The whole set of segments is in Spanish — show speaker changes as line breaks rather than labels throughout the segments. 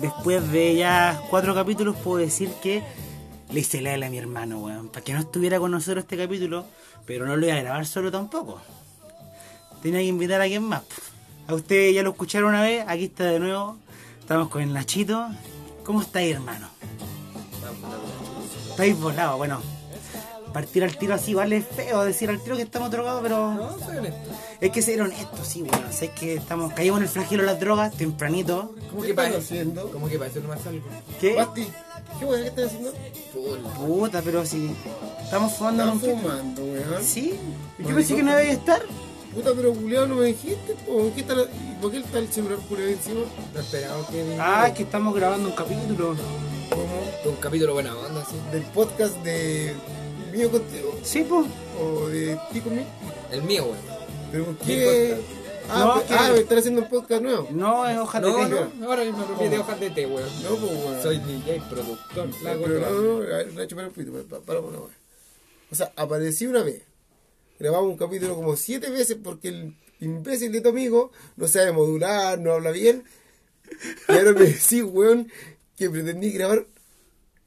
después de ya cuatro capítulos puedo decir que le hice la a mi hermano, weón. Para que no estuviera con nosotros este capítulo, pero no lo iba a grabar solo tampoco. Tenía que invitar a quien más. A ustedes ya lo escucharon una vez, aquí está de nuevo. Estamos con el Nachito. ¿Cómo estáis, hermano? Estáis volados, bueno. Partir al tiro así, vale, es feo decir al tiro que estamos drogados, pero
No, soy honesto.
es que ser honestos, sí, weón. Sé que estamos, caímos en el flagelo de las drogas tempranito.
¿Cómo
¿Qué
que
están
para
haciendo?
¿Cómo que para eso no más algo?
¿Qué?
Basti, ¿qué weón? ¿Qué estás haciendo? Estás
Puta, pero si estamos fumando con
fumando, weón.
Sí, yo pensé que no iba a estar.
Puta, pero culiado no me dijiste, po. ¿Qué tal, y ¿Por qué está el celular culiado encima?
No esperaba que
Ah, es que estamos grabando un capítulo.
Como
un capítulo buena onda, así.
del podcast de mío contigo
Sí, pues.
o de ti conmigo.
El mío, weón.
Pero ¿por
¿Qué
qué? Ah,
No,
¿por qué?
ah,
ah, me están haciendo un podcast nuevo.
No, es
Ah,
hoja de
No,
té.
no, ahora mismo me rompí de hojas de té, weón.
No, pues weón.
Soy DJ, productor, la
Pero no, no, no, a ver, Nacho, para un poquito, para, para, para una weá. eh. O sea, aparecí una vez. Grabamos un capítulo como siete veces porque el imbécil de tu amigo no sabe modular, no habla bien. Y ahora me decís, weón, que pretendí grabar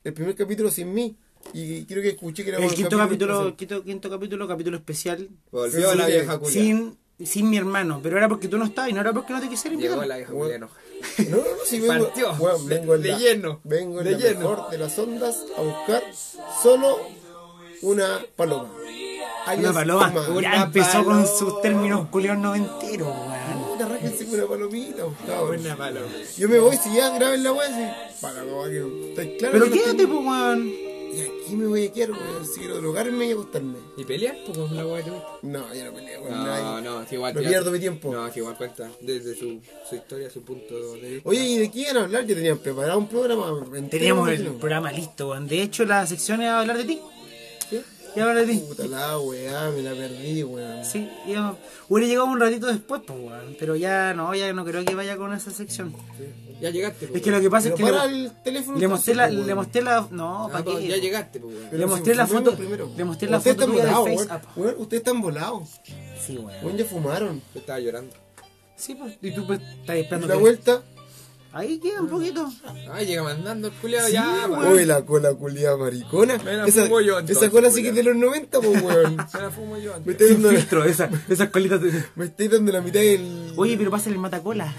el primer capítulo sin mí. Y creo que escuché que grabamos
El quinto capítulo, quinto, quinto capítulo, capítulo especial.
Volvió la vieja culia.
Sin, sin mi hermano, pero era porque tú no estabas y no era porque no te quisiera
Llegó
invitar.
la vieja culia enojada.
No, no, no, si vengo,
Partió.
weón, vengo en
De
la-
lleno.
Vengo en
De
la
lleno.
mejor de las ondas a buscar solo una paloma.
Una
Alias
paloma.
Puma.
Ya
Una
empezó
paloma.
con sus términos culiados noventeros, weón.
Puta, rájense con una palomita, por
Ah,
favor.
Buena palo.
Yo me voy si ya graben la weá, si. Para, no, que ¿Estáis claros?
Pero
que no
quédate, pues, weón.
estoy- Y aquí me voy a quedar, weón. Si quiero drogarme y acostarme.
¿Y peleas po, con la weá que tuviste?
No, yo no peleo con
No,
nadie.
no, es que igual.
No
ya-
pierdo mi tiempo.
No, es que igual cuenta. Desde su, su historia, su punto de vista.
Oye, ¿y de qué iban a hablar? Yo tenía preparado un programa. entero,
Teníamos el
imagino.
programa listo, weón. De hecho, la sección iba a hablar de ti.
¿Sí?
Iba a hablar de ti.
Puta la weá, me la perdí, weón.
Sí, íbamos- hubiera llegado un ratito después, pues, weón. Pero ya no, ya no creo que vaya con esa sección.
Ya llegaste, po,
Es que lo
weón.
que pasa
Pero
es que
para
le,
el teléfono.
le mostré la,
entonces,
le
weón.
mostré la, no,
Ah,
¿para
po,
qué?
pues.
Ya llegaste, po, weón.
Pero
le
si
mostré la
fumemos
foto-
primero.
le mostré la
Ustedes
foto
están
tuya de
volados,
Face
weón.
App.
Weón, Ustedes están volados.
Sí, weón.
Weón, ya fumaron.
Yo estaba llorando.
Sí, pues, y tú pues, estás
Y
esperando
la
que-
vuelta.
Ahí queda un poquito.
Ah, llega mandando el culiado ya, pa.
Oye, la cola culia maricona.
Me la
esa,
fumo yo,
esa
entonces,
cola sí que
culiao.
es de los 90, pues, weón.
Se la fumo yo
Me
antes.
estoy dando,
esa, esas colitas.
me estoy dando la mitad del.
Oye, pero pásale el matacola.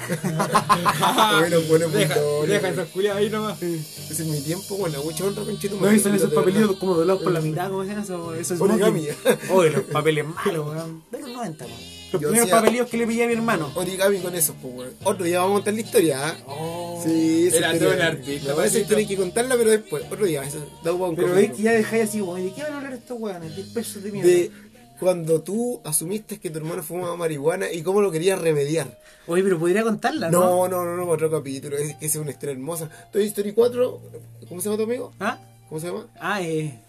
Bueno, bueno,
deja,
puntones,
deja
weón.
esos culiados ahí nomás.
Ese es mi tiempo, weón. La mucha honra, conchito.
No, y son esos papelitos como doblados por la mitad, ¿cómo se llama eso? Eso es
Origami.
smoking. Oye, los papeles malos, weón. De los 90, weón. Los
Yo
primeros
hacía-
papelitos que le pillé a mi hermano.
Origami con esos, pues, weón. Otro día vamos a contar la historia, ¿ah?
Oh,
Sí, esa
Era
historia-
todo un artista,
Me parece que
papito.
tenés que contarla, pero después. Otro día, eso. Da un
Pero
capítulo.
es que ya dejáis así, weón. ¿De qué van a hablar estos weones? ¿Qué pesos de mierda?
De cuando tú asumiste que tu hermano fumaba marihuana y cómo lo querías remediar.
Oye, pero podría contarla, ¿no?
No, no, no, no, otro capítulo. Es que esa es una historia hermosa. Toy Story 4, ¿cómo se llama tu amigo?
¿Ah?
¿Cómo se llama?
Ah, eh.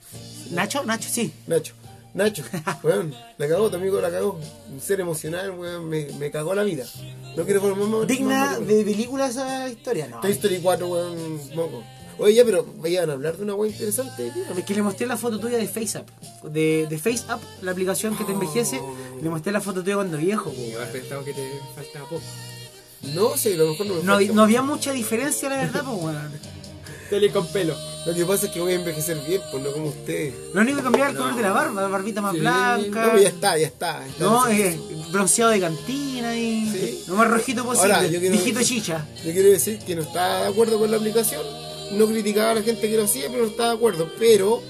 ¿Nacho? Nacho, sí.
Nacho. Nacho, weón, la cagó, tu amigo la cagó. Un ser emocional, weón, me, me cagó la vida. No quiero formar más. más-
Digna
más-
de película esa historia, ¿no?
Toy
Es
Story 4, weón, moco. Oye, ya, pero vayan a hablar de una weá interesante, tío.
que le mostré la foto tuya de FaceApp. De, de FaceApp, la aplicación que te envejece, le mostré la foto tuya cuando viejo. po.
Me había pensado que te faltaba poco.
No sé, a lo mejor no me
No,
falta.
había- no había mucha diferencia, la verdad, pues, weón.
Tele con pelo.
Lo que pasa es que voy a envejecer bien, pues no como ustedes.
Lo único que cambiaba era el color de la barba, la barbita más
Sí.
blanca.
No, pero ya está, ya está. ya está.
Ah. No, eh, bronceado de cantina y
Sí.
lo más rojito posible.
Ahora, yo quiero-
Dijito chicha.
Yo quiero decir que no estaba de acuerdo con la aplicación, no criticaba a la gente que lo hacía, pero no estaba de acuerdo. Pero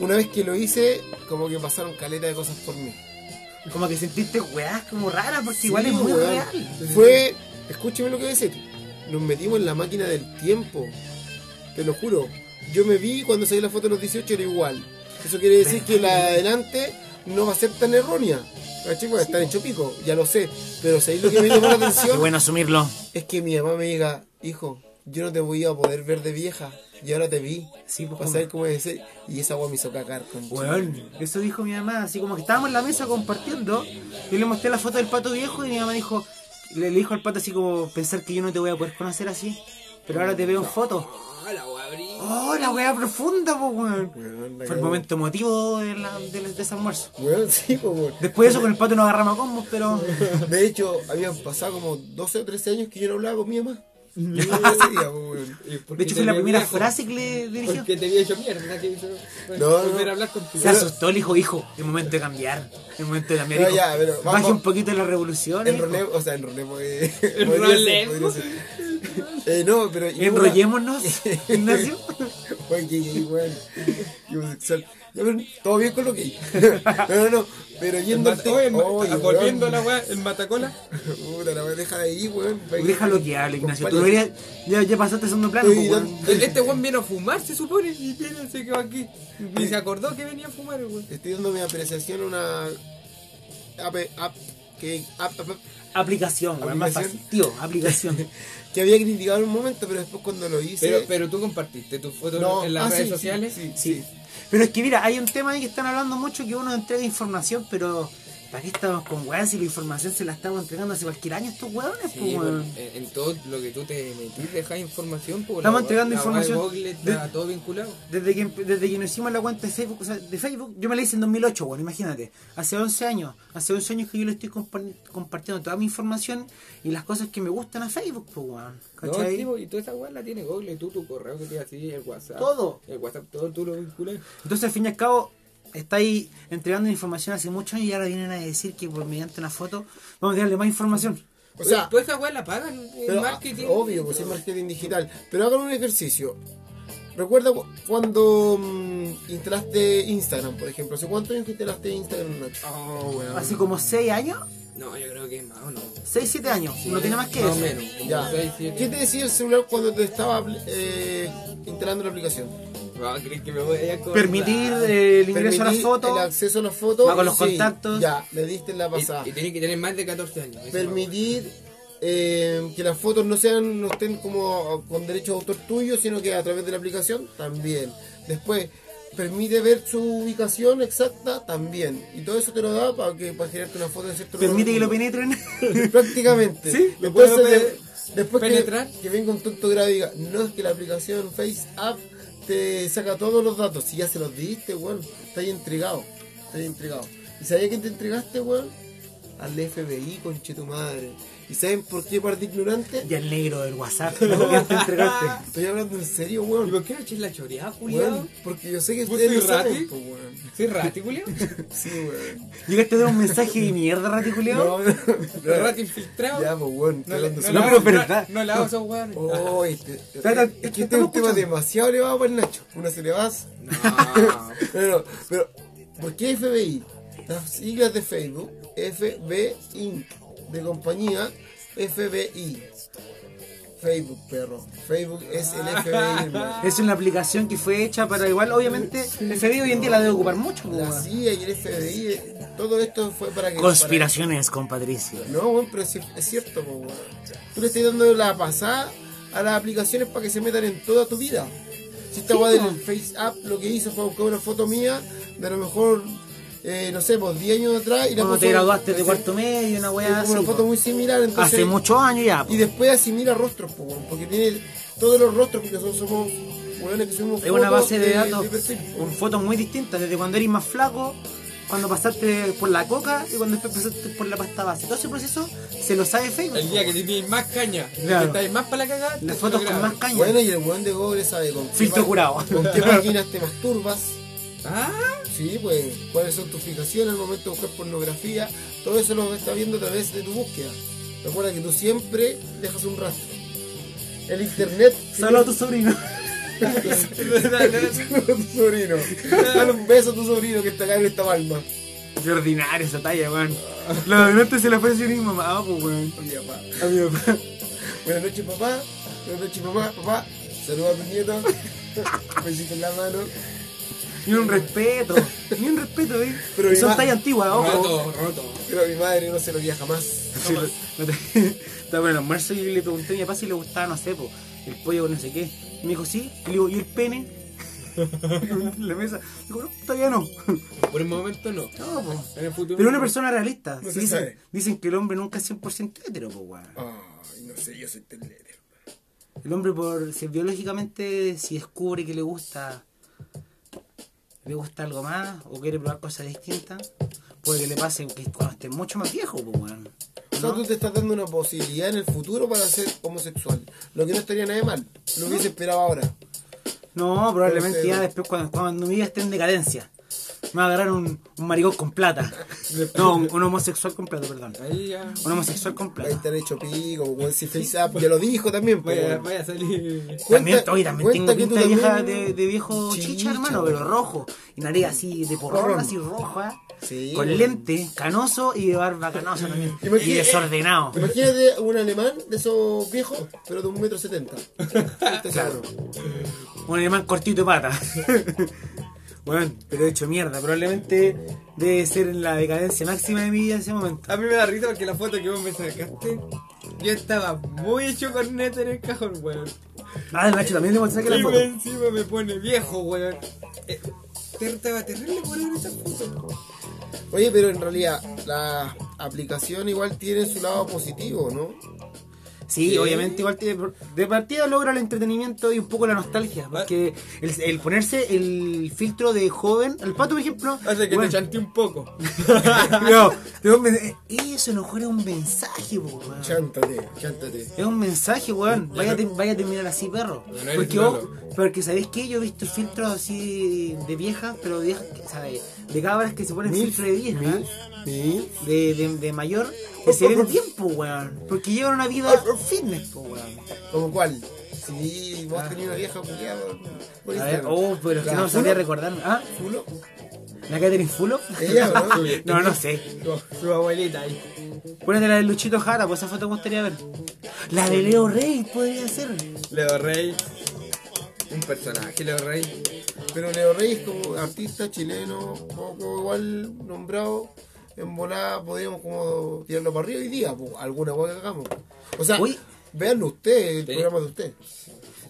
una vez que lo hice, como que pasaron caleta de cosas por mí.
Como que sentiste weás como raras porque
Sí,
igual es muy
weón.
real.
Fue, escúcheme lo que voy a decir, nos metimos en la máquina del tiempo. Te lo juro, yo me vi cuando salí la foto de los 18 era igual. Eso quiere decir que la de adelante no va a ser tan errónea. Chicos, va a estar hecho pico, ya lo sé. Pero ¿sabéis lo que me llamó la
Qué
atención?
bueno asumirlo.
Es que mi mamá me diga, hijo, yo no te voy a poder ver de vieja. Y ahora te vi.
Sí, pues,
Para saber cómo es ser. Y esa agua me hizo cagar con
Weón, eso dijo mi mamá, así como que estábamos en la mesa compartiendo, yo le mostré la foto del pato viejo y mi mamá dijo, le, le dijo al pato así como, pensar que yo no te voy a poder conocer así, pero ahora te veo en foto.
Ah, la voy a abrir.
¡Oh, la weá profunda, po, weón!
Weón, la
Fue el
cagó.
momento emotivo de, la, de- de ese almuerzo.
Weón, sí, po, weón.
Después de eso con el pato nos agarramos a combos, pero...
De hecho, habían pasado como 12 o 13 años que yo no hablaba con mi mamá. Mierda
pues,
sería, po, weón.
De hecho, fue la primera frase que le dirigió.
Porque te había hecho mierda, que hizo
No, no.
volver a hablar contigo.
Se asustó, le dijo, hijo, es momento de cambiar. Es momento de cambiar.
Pero
hijo.
ya, pero
Baje
vamos-
un poquito las revoluciones.
Enrolemos, o sea, enrolemos. Eh,
El
podría ser,
problema.
podría ser. Eh, no, pero. y una-
Enrollémonos, Ignacio.
Oye, qué gay, weón. Qué homosexual. Ya, pero todo bien con lo que hay. No, no, no. Pero
El
yendo al
mata-
tema.
oye, el mata-
Oye,
Volviendo a
weón.
la weá, el matacola.
Puta, la weá, deja de ahí, weón.
Pues
pues,
Déjalo que hable, Ignacio. Tú
Compadre,
deberías- ya, ya pasaste a segundo plano.
Estoy
po, weón.
dando-
El- Este weón vino a fumar, se supone, y viene, se quedó aquí. Y se acordó que venía a fumar, el weón.
Estoy dando mi apreciación a una. App, app, que, app, app,
Aplicación, weón, más
Aplicación.
fácil. Tío, aplicación.
que había criticado en un momento, pero después cuando lo hice.
Pero, pero tú compartiste tus fotos
No,
en las
ah,
redes
sí, sí,
sociales.
sí,
Sí. Pero es que mira, hay un tema ahí que están hablando mucho que uno entrega información, pero ¿para qué estamos con weas si la información se la estamos entregando hace cualquier año estos weones?
Sí,
po,
bueno,
Pues, weón?
en, en todo lo que tú te metís, dejas información. po,
Estamos
la-
entregando
la weá de
información.
Google está
De-
todo vinculado.
Desde que, desde que nos hicimos la cuenta de Facebook, o sea, de Facebook, yo me la hice en 2008, bueno, imagínate. Hace 11 años, hace 11 años que yo le estoy compa- compartiendo toda mi información y las cosas que me gustan a Facebook, pues, weón.
No,
¿Cachai?
sí, po, y toda esa weá la tiene Google, tú, tu correo que te así, el WhatsApp.
Todo.
El WhatsApp, todo tú lo vinculas.
Entonces, al fin y al cabo, estáis entregando información hace muchos años y ahora vienen a decir que por mediante una foto vamos a darle más información.
o sea,
pues esa weá la pagan en
Pero,
marketing.
ah, Obvio, pues es marketing digital. Pero hagan un ejercicio. Recuerda cu- cuando mm, instalaste Instagram, por ejemplo. ¿Hace cuántos años que instalaste Instagram, Nacho?
Oh, weón.
Hace como 6 años,
No, yo creo que es más o no.
6, 7 años, no tiene más que
Más o
eso.
menos. como
Ya.
seis, siete.
¿Qué te decía el celular cuando te estaba eh, instalando la aplicación?
Ah, ¿crees que me voy a acordar?
Permitir eh, el ingreso a las
Permití El
fotos.
acceso a las fotos.
Ah, con los
sí,
contactos. Eh,
Ya, le diste la pasada.
Y, y tiene que tener más de 14 años. esa
Permitir eh, que las fotos no sean no estén como con derecho de autor tuyo, sino que a través de la aplicación también. Después, permite ver su ubicación exacta también. Y todo eso te lo da para que para generarte una foto de cierto lugar
Permite
del
que lo
mundo.
penetren.
Prácticamente.
Sí,
lo puedo
Entonces,
pe-
después
penetrar.
que, que venga un tonto grave y diga, no es que la aplicación FaceApp te saca todos los datos. Si ya se los diste, weón, estás entregado. Estás entregado. ¿Y sabías que te entregaste, weón? Al FBI, conche tu madre. ¿Y saben por qué par de ignorante?
Ya el negro del WhatsApp, lo que antes entregaste.
Estoy hablando en serio,
weá. ¿Y
weón.
por qué no eches la choreada, culiado?
Weón, porque yo sé que
¿Vos
ustedes
soy
lo saben,
rati?
po, weón.
¿Sí, rati, culiado?
Sí, weón.
Llegaste a dar un mensaje de mierda, raticuleo.
No, no,
¿Los rati infiltrados?
Ya, pues, weón, estoy
No, le-
hablando
no,
solo.
No,
le-
pero
no-
verdad.
No le hago esos weones.
Oh, este,
Espera,
es que este es un
estamos
tema
escuchando.
demasiado elevado para el Nacho. Uno se le va.
No.
pero, pero, ¿por qué FBI? Las siglas de Facebook, FB Inc. De compañía, FBI. Facebook, perro. Facebook es el FBI, hermano.
Es una aplicación que fue hecha para igual, obviamente, el FBI hoy en día la debe ocupar mucho. po,
La
weón.
CIA y el FBI, eh, todo esto fue para que.
Conspiraciones con Patricio.
para- no, weón, pero es, cier- es cierto, po, weón. Tú le estás dando la pasada a las aplicaciones para que se metan en toda tu vida. Si esta
Sí,
weá
po.
del Face App lo que hizo fue buscar una foto mía de a lo mejor, eh, no sé, pues 10 años atrás y la
Cuando
puso-
te graduaste de
así-
cuarto medio, una
Es
weá
como
así.
una foto
po.
muy similar, entonces.
Hace muchos años ya. po.
Y después asimila rostros, po, weón, porque tiene todos los rostros, porque nosotros somos weones que subimos
Es una
fotos eh,
base de datos
perfil, po.
con fotos muy distintas, desde cuando eres más flaco, cuando pasaste por la coca y cuando después pasaste por la pasta base. Todo ese proceso se lo sabe Facebook.
El día que tenéis más caña, el
Claro.
que estáis más para la cagada.
Las fotos con más caña.
Bueno, y el weón de Google sabe con qué
Filtro
pa-
curado.
con qué páginas te masturbas.
Ah,
Sí, pues, cuáles son tus fijaciones al momento de buscar pornografía, todo eso lo estás viendo a través de tu búsqueda. Recuerda que tú siempre dejas un rastro. El internet.
Solo a tu sobrino.
Saluda a tu sobrino. Dale un beso a tu sobrino que está acá en esta palma.
Qué ordinaria esa talla, weón. La dominante se la ofreció a mi mamá, pues, weón.
Oye, papá.
A mi papá.
Buenas noches, papá. Buenas noches, mamá. Papá, saluda a tu nieto. Besito en la mano.
Ni un respeto. Ni un respeto, eh.
Pero
Y son
mi ma-
tallas antiguas, ojo.
roto, roto.
Pero mi madre no se lo guía jamás.
Sí, lo- lo tra- Estaba en el almuerzo y le pregunté a mi papá si le gustaba, no sé, po, el pollo con no sé qué. Y me dijo, sí. Y le digo, ¿y el pene? en la mesa. Digo, no, todavía no.
Por el momento no.
No, po.
En el futuro.
Pero una persona realista.
No
Sí,
se
dicen,
sabe.
dicen que el hombre nunca es 100% hetero, po, weón.
Ay, no sé, yo soy telete.
El hombre, por si biológicamente, si descubre que le gusta le gusta algo más o quiere probar cosas distintas, puede que le pase que cuando esté mucho más viejo, pues, weón.
O sea, tú te estás dando una posibilidad en el futuro para ser homosexual. Lo que no estaría nada de mal. Lo hubiese esperado ahora.
No, probablemente
Entonces,
ya después cuando, cuando mi vida esté en decadencia. Me va a agarrar un, un maricón con plata. No, un, un homosexual con plata, perdón.
Ahí ya.
Un homosexual con
Va a
plata.
estar hecho pico, weón. Si FaceApp ya lo dijo también, pues,
Vaya,
weón.
vaya a salir.
También,
Cuenta-
oye, también
cuenta
tengo
que tú
pinta de, vieja,
también-
de, de viejo chicha,
Chicha,
hermano,
weón.
pero rojo. Y nariz así de porrón,
Porrón.
así roja.
Sí,
con
weón.
lente, canoso y de barba canosa también.
Imagínate-
y desordenado.
Imagínate un alemán de esos viejos, pero de un metro setenta. Este
Claro.
claro.
Un alemán cortito de pata. bueno, pero hecho mierda. Probablemente debe ser la decadencia máxima de mi vida en ese momento.
A mí me da risa porque la foto que vos me sacaste, yo estaba muy hecho corneta en el cajón, weón.
Ah, el macho también le mostré que la
y
foto.
encima me pone viejo, weón. Eh, te- estaba terrible, weón, en esa foto.
Oye, pero en realidad, la aplicación igual tiene su lado positivo, ¿no?
Sí,
Sí.
obviamente igual tiene- de partida logra el entretenimiento y un poco la nostalgia,
Ah.
porque el, el ponerse el filtro de joven, el pato por ejemplo,
Hace que
bueno,
te chanté un poco.
no, tengo un men- "Eh, eso no juega un mensaje, po, weón.
Chántate, chántate.
Es un mensaje, weón. Vaya, a te- vaya a terminar así, perro.
No, no eres
Porque, vos-
malo.
porque ¿sabéis qué? Yo he visto filtros así de viejas, pero viejas, que- o sea, de, de cabras que se ponen
Mil,
filtro de vieja,
Sí.
de, de, de mayor, que se ven bien, po, weón. Porque llevan una vida fitness, po, weón.
¿Como cuál? Si vos tenías una vieja culiada por
A ver,
Instagram.
oh, pero es que
La
no sabía
Pues Fulo-
recordarme. ¿Ah?
Fulo.
¿La Catherine Fulo?
Ella, ¿no?
No, no sé.
Su, su abuelita ahí.
Ponete la de Luchito Jara, pues esa foto me gustaría ver. La de Leo Rey podría ser.
Leo Rey. Un personaje, Leo Rey.
Pero Leo Reyes como artista chileno, poco igual nombrado, en volada podríamos como tirarlo para arriba hoy día, po, alguna hueá que hagamos. O sea,
Uy.
véanlo ustedes, el
Sí.
programa de ustedes.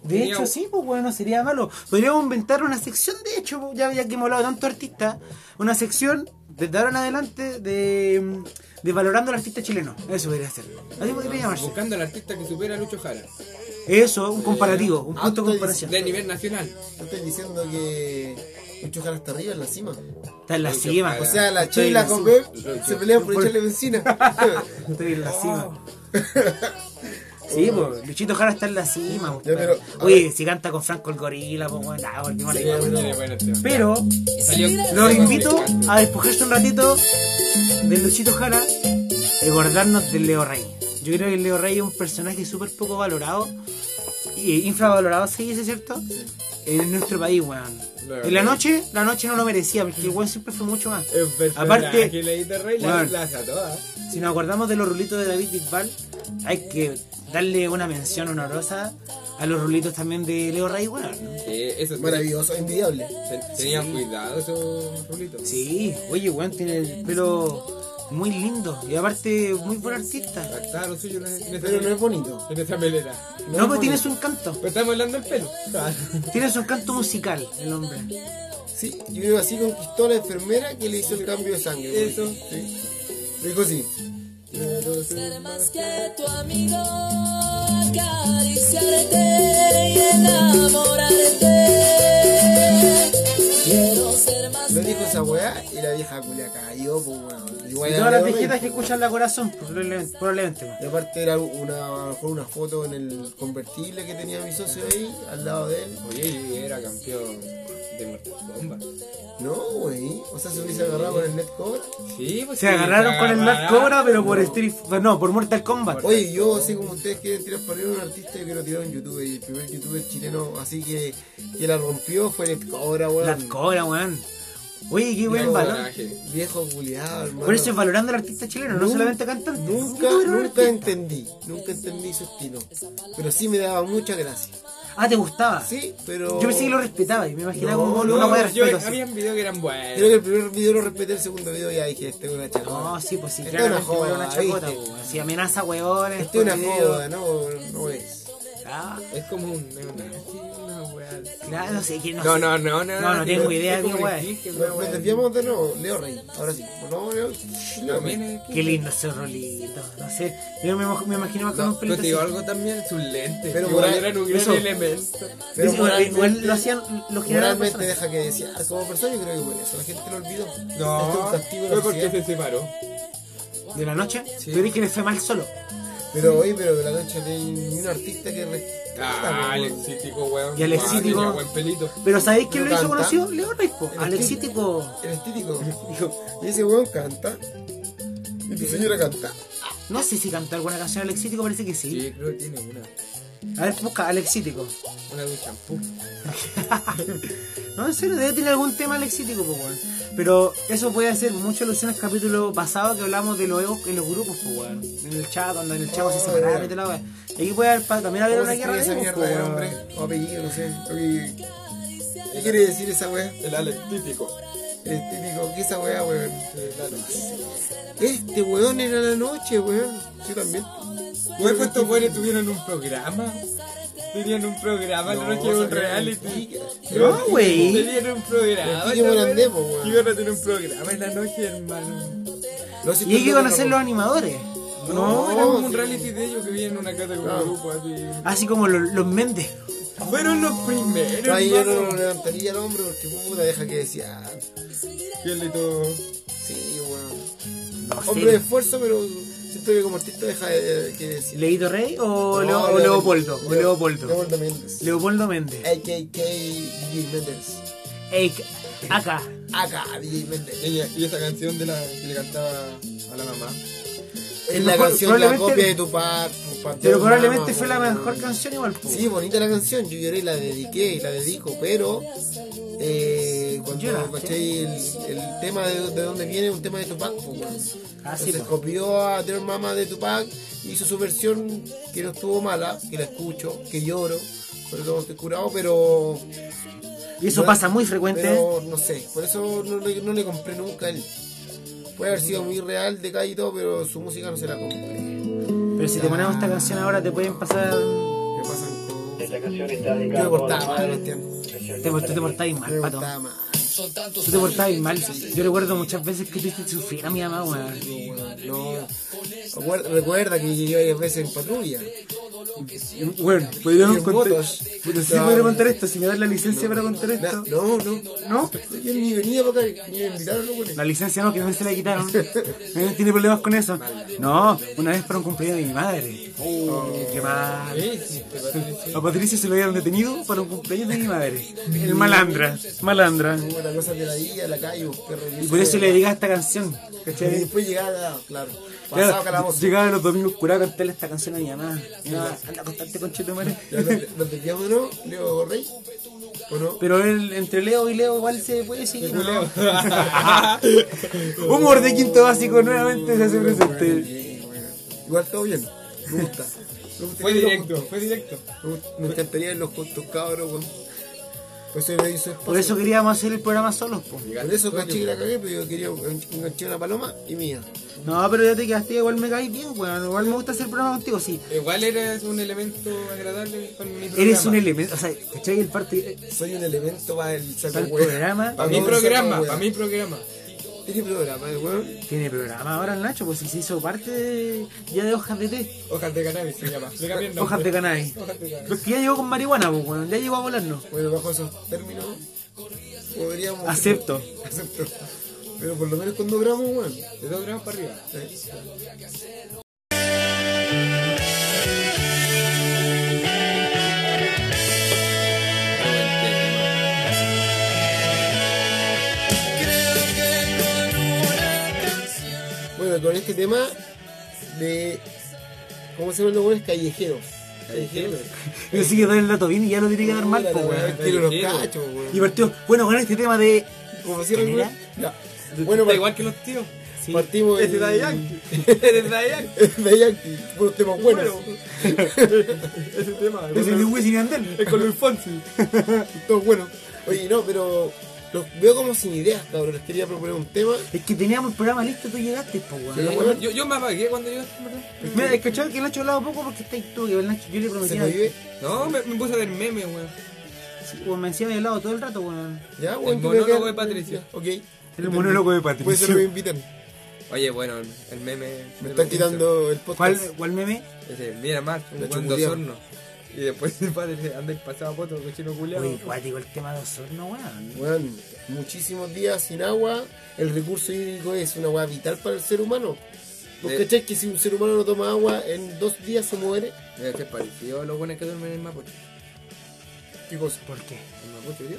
De
Leo.
hecho, sí, pues bueno, sería malo. Podríamos inventar una sección, de hecho, pues, ya, ya que hemos hablado de tanto artista, una sección desde ahora en adelante de, mm, de valorando al artista chileno. Eso podría ser. Así
Ah,
podría llamarse.
Buscando al artista que supera a Lucho Jara.
Eso, un comparativo, un punto
Alto
de comparación.
De nivel nacional.
Yo estoy diciendo que Lucho Jara está arriba en la cima.
Está en la cima.
O sea, la
Estoy en
Sheila
la
con
cima.
Pep se pelean por
Por-
echarle benzina.
Estoy en la
Oh.
cima. Sí, pues, Luchito Jara está en la cima. pues,
Ya, pero,
perro.
a
Oye,
ver.
si canta con Franco el Gorila, pues bueno, nah, porque no le
Sería
queda.
bueno, bueno, este hombre.
Pero
Salió-
los invito a despojarse un ratito de Luchito Jara, recordarnos del Leo Rey. Yo creo que el Leo Rey es un personaje súper poco valorado, y eh, infravalorado se dice, ¿cierto? En nuestro país, weón.
Leo
En la
Rey.
noche, la noche no lo merecía, porque el weón siempre fue mucho más.
Es personaje,
Aparte-
Leito Rey la
Bueno.
plaza toda.
Si nos acordamos de los rulitos de David Bisbal, hay que darle una mención honorosa a los rulitos también de Leo Rey, weón.
Eh, eso es
Maravilloso, envidiable.
Ten- Tenían cuidado esos rulitos.
Sí, oye, weón, tiene el pelo muy lindo y aparte muy buen artista.
Está lo suyo en esa- en esa
Pero no es
melena.
bonito.
En esa melena.
No,
es
pero tiene su
bonito.
encanto.
Pero estamos hablando del pelo.
Tiene su encanto musical, el hombre.
Sí, yo creo que así conquistó a la enfermera que le hizo el cambio de sangre.
Eso.
Sí. Le Dijo sí.
ser más que tu amigo, acariciarte y enamorarte. Quiero ser más
Lo dijo esa weá y la vieja culia cayó, pues weón. Igual
Y
era
todas las
Leo Rey.
viejitas que escuchan la corazón, probablemente. probablemente, weón.
Y aparte era una, a lo mejor una foto en el convertible que tenía mi socio ahí, al lado de él.
Oye, y era campeón de Mortal Kombat.
No, güey. O sea, se hubiese agarrado con el net cover.
Sí, pues
Se
sí,
agarraron
se
con el Mad
agarraron.
Cobra, pero por Street, no, por Mortal Kombat.
Oye, yo así como ustedes quieren tirar para arriba a un artista, yo quiero tirar a un youtuber. Y el primer youtuber chileno así que, que la rompió fue Net Cobra, weón.
Mad Cobra, weón. Oye, qué buen
Viejo
valor.
coraje.
Viejo culiado, hermano.
Por eso es valorando al artista chileno, no
Nun-
solamente cantante.
Nunca,
Youtuber,
nunca
artista.
entendí. Nunca entendí su estilo. Pero sí me daba mucha gracia.
Ah, ¿te gustaba?
Sí, pero.
Yo pensé que lo respetaba y me imaginaba
No,
como
no,
una hueá de
No, yo,
respeto. así.
habían videos que eran
Creo
buenos.
que el primer video lo respeté, el segundo video ya dije, este es una chacota.
No, sí, pues sí,
Esto
claramente
es una
igual una
joda,
chacota,
¿viste?
po, weón. Si amenaza huevones, pues,
Esto Este es una joda, no, no es.
Ah,
Es como un. es una- sí, una wea así.
claro, no sé quién no
No,
sé.
no, no, no.
No, no tengo idea de
Es como
qué
un
wea.
esquí, una
Nos,
wea
nos
así.
desviamos de nuevo, Leo Rey. Ahora sí, volvamos Leo Leo
También
Rey.
es esquí.
Qué lindo ese rolito, no sé. Yo me, mo- me imagino más con
No,
un pelito
pero te digo
así.
algo también, sus lentes.
Pero
Pero igual
moral-
eran un gran
eso.
elemento.
Pero
Dice,
moralmente-
igual lo hacían, lo generaban
Moralmente
personas.
deja que ah, decía, como persona yo creo que por eso la gente lo olvidó. Esto es
No,
un castigo de
fue
la
porque
sociedad.
se separó.
de la noche,
Sí.
tú eres que le fue mal solo.
Pero oye, pero de la noche no hay ni un artista que rescata.
Ah,
po,
Alex Cítico, weón.
Y Alex
Guau,
Cítico.
tenía buen pelito.
Pero ¿sabéis quién
No
lo hizo
canta.
conocido? Leonel, po. Alexítico.
El estético. Y ese weón canta. Y tu señora canta.
No sé si cantó alguna canción Alexítico, parece que sí.
Sí, creo que tiene una.
A ver, busca Alexítico.
Una de un champú.
No, en serio, debe tener algún tema alexítico, po, weón. Pero eso puede hacer mucha alusión al capítulo pasado que hablamos de los egos en los grupos, po, weón. En el chat, cuando en el chat se
Oh,
separaron
ya.
y toda la weá. Y aquí puede haber pa- también haber
¿Cómo
una
se
guerra
escribe
de
esa
egos, po,
mierda de
weón.
nombre? O apellido, no sé. Lo que- ¿Qué quiere decir esa weá?
El Alex Títico.
El estético. ¿Qué es esa weá, weón?
El Alex.
Este weón era la noche, weón. Yo también.
Güey, pues estos güeyes tuvieron un programa. Tenían un programa, no, no que un reality.
No, güey.
Tenían un programa.
El Kike
la
Morandé,
güey.
po, güey.
Iban a tener un programa en la noche, hermano.
No, si
Y hay que
tú no
conocer
te
los animadores.
No, era como un
sí.
reality de ellos que vivían en una casa con un grupo así.
Así como los, los Méndez.
Fueron los primeros.
No, ahí yo no
hermano.
lo levantaría el hombre porque puta deja que decía. ah,
Qué lindo.
Sí, weón.
No sé.
Hombre de esfuerzo, pero siento que como artista deja de, que decir.
¿Leito Rey o, Leo-
No,
o
Leo-
Leopoldo? O
Leo-
Leopoldo.
Leopoldo Eh. Méndez.
Leopoldo Méndez.
AKK DJ Méndez.
Ey, acá.
Acá, DJ Méndez.
Ella- y esa canción de la que le cantaba a la mamá.
Es la
Mejor-
canción, la
probablemente-
copia de Tupac. Tupac,
Pero
Tupac, Mama,
probablemente fue la
weón.
mejor canción igual, po.
Sí, bonita la canción, yo lloré y la dediqué y la dedico, pero eh, cuando
Lloraste.
caché el, el tema de, de dónde viene, un tema de Tupac, pues, weón.
Ah, sí,
Entonces
po.
copió a Dear Mama de Tupac, hizo su versión que no estuvo mala, que la escucho, que lloro, por eso estoy curado, pero...
Y eso
no-
pasa muy frecuente.
Pero no sé, por eso no, le- no le compré nunca a él. Puede haber sido muy real de calle y todo, pero su música no se la compré.
Pero si te ponemos esta canción ahora te pueden pasar...
Me pasan cosas.
Esta canción está
Yo me
dedicada a
portaba
todas
mal,
las madres.
Cristian.
Te, tú te portáis mal,
Me
pato.
portaba mal.
Tú te portabas mal. Yo recuerdo muchas veces que tú hiciste sufrir a mi mamá, weón.
No. Recuerda, recuerda que llegué varias veces en patrulla.
Bueno, pues podríamos
Y en
contar.
motos.
Sí, podría contar esto, si me das la licencia para contar
Na-
esto.
No, no.
¿No?
Yo ni venía para acá, ni me invitaron los buenos.
La licencia no, que no se la quitaron. Eh, Tiene problemas con eso. No, una vez para un cumpleaños de mi madre.
Oh.
Qué mal.
Sí, sí, te parece.
A Patricio se lo habían detenido para un cumpleaños de mi madre. El malandra, malandra.
Como la cosa de la villa, la calle, los perros.
Y por eso le dedicaba esta canción.
Y
¿Cachai?
después llegaba, claro.
Claro,
Pasaba calabozo.
llegaba los domingos curados a cantarle esta canción a mi mamá. Mi mamá, Anda a acostarte con
Ya, ¿Nos nos desviamos o no? Leo Rey. ¿O no?
Pero él, entre Leo y Leo igual se puede decir. ¿no? Humor de quinto básico nuevamente se hace presente.
Bien, bueno. Igual todo bien. Me gusta. Me gusta
Fue
que lo
directo,
junte.
fue directo.
Me gust- Me encantaría los juntos cabros, weón. Pues Por eso le hizo espacio.
Por eso queríamos hacer el programa solos, po.
Por eso caché que la cagué, pero yo quería un- enganché una paloma y mía.
No, pero ya te quedaste, igual me caes bien, weón. Igual me gusta hacer el programa contigo, sí.
Igual eres un elemento agradable para mi programa.
Eres un elemento, o sea, ¿cachai? El parte
Soy un elemento para el saco
Para el
weón.
programa.
Para mi
todo el saco
programa,
weón.
para mi programa.
Tiene programa, el weón.
tiene programa ahora el Nacho, pues si se hizo parte de- ya de hojas de té,
Hojas de cannabis se llama. Le cambié el nombre.
hojas de cannabis.
Hojas de cannabis.
Pero es que ya llegó con marihuana, pues, weón. Ya llegó a volarnos.
Bueno, bajo esos términos, podríamos.
Acepto.
Acepto. Pero por lo menos con dos gramos, weón.
De dos gramos para arriba.
Sí. Bueno, con este tema de. ¿Cómo se llaman los buenos? Callejeros. Callejeros.
Yo sí que doy el dato bien y ya lo tiene que dar mal,
Puta,
pues,
la
weón.
verdad, Tiro los
Callejeros.
cachos, weón.
Y partió, bueno, con este tema de.
Como cierra el
¿Quién era?
weón. Ya. Bueno,
Está
par-
igual que los tíos.
Sí.
partimos.
Eres
el-
Daddy Yankee. Eres Daddy Yankee.
de Yankee, puros temas buenos.
Ese tema.
Es el de Wisin y Andel.
Es con Luis Fonsi.
Todos buenos. Oye, no, pero los veo como sin ideas, cabrón. Les quería proponer un tema.
Es que teníamos el programa listo, tú llegaste, pues, weón.
Pero, weón,
Yo, yo me apagué cuando llegaste, ¿verdad?
Mira, el cachorro que el Nacho hablaba poco porque está ahí tú, que el Nacho, yo le
se
prometí.
nos vive.
No, me, me puse a ver memes, weón.
Sí, weón, me decía de lado todo el rato, weón.
Ya,
El
weón. yo
monólogo
creo que-
de Patricio.
Ok.
El monólogo de
Puede ser que me
Patricio.
invitan.
Oye, bueno, el, el meme.
Me están quitando el podcast.
¿Cuál, ¿Cuál meme?
Ese, mira, Mar, un
La
buen dos
chunguría.
hornos. Y después el padre le anda el pasado poto, cochino culiado.
Oye, cuático el tema de Osorno, weón.
Weón, muchísimos días sin agua. El recurso hídrico es una weá vital para el ser humano. ¿Vos
De-
cachás que si un ser humano no toma agua, en dos días se muere?
Debe ser parecido a los buenos que duermen en Mapocho.
¿Qué cosa?
¿Por qué?
¿En Mapocho, tío?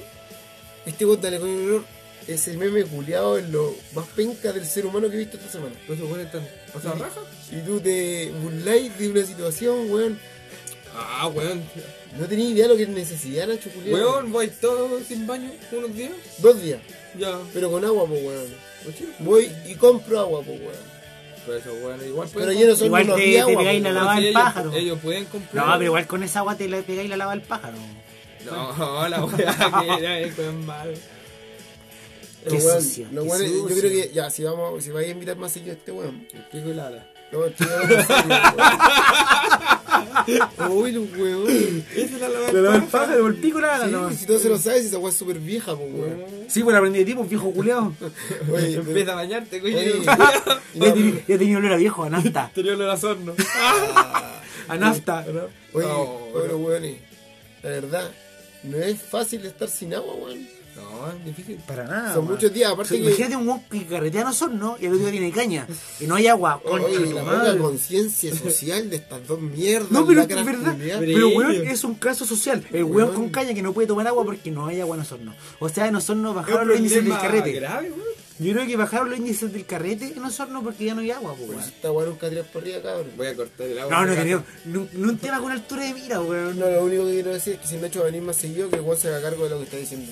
Este bot dale con el olor es el meme culiado en lo más penca del ser humano que he visto esta semana.
¿Pues esos buenos están pasados raja?
Y tú te burláis de una situación, weón.
Ah, weón.
No tenía idea lo que necesidad, Nacho culiao.
Weón, voy todo sin baño unos días.
Dos días,
Ya.
pero con agua, po, weón.
Pues sí.
Voy y compro agua, po, weón.
Pero eso, weón, igual pueden
Pero lleno son
Igual
unos
te-
días,
te
agua,
pegáis
po,
la
weón.
Pero
lava
si
al
ellos-
pájaro.
Ellos pueden comprar.
No, pero igual con esa agua te la pegáis la lava al pájaro.
No, la weá eh, que era, eso es malo.
Pero,
Qué
weón,
sucio.
lo
qué
weón es- yo
sucio.
creo que, ya, si vamos, si vais a invitar más seguido a este weón.
El pico y la ala.
No, estoy hablando en serio, weón. Uy, los weón.
Ah,
Esa es la lava.
La lava al pájaro, el pico la
Sí, si todo se lo sabes, esa weón es súper vieja, po, weón.
Sí, bueno, aprendí de ti, pues viejo culeado.
Oye, pero-
Empieza a bañarte, coño.
Oye,
Ya tenía- ya tenía olor a viejo, a nafta.
Te dio el horno. Ah.
A nafta.
Oye,
No,
bueno, weón, la verdad, no es fácil estar sin agua, weón.
No, es difícil.
Para nada.
Son
man.
muchos días, aparte
Sí,
que-
Imagínate un guan que carretea a ¿no? y el otro día tiene caña. Y no hay agua. Concha
Oye,
tu
la
madre.
poca conciencia social de estas dos mierdas.
No, pero es
lacras
verdad.
culiadas.
Pero weón,
Brillo.
es un caso social. El weón,
Weón.
con caña que no puede tomar agua porque no hay agua en Osorno. O sea, en Osorno
Es un
bajaron los índices del
problema
carrete.
grave, weón.
Yo creo que bajaron los índices del carrete en Osorno porque ya no hay agua, po,
Pues
weón.
Esta weá nunca tiras para arriba, cabrón.
Voy a cortar el agua.
No, no
Me
tenía.
cago.
No, no un tema con altura de mira, weón.
No, lo único que quiero decir es que si Nacho va a venir más seguido, que el weón se haga cargo de lo que está diciendo.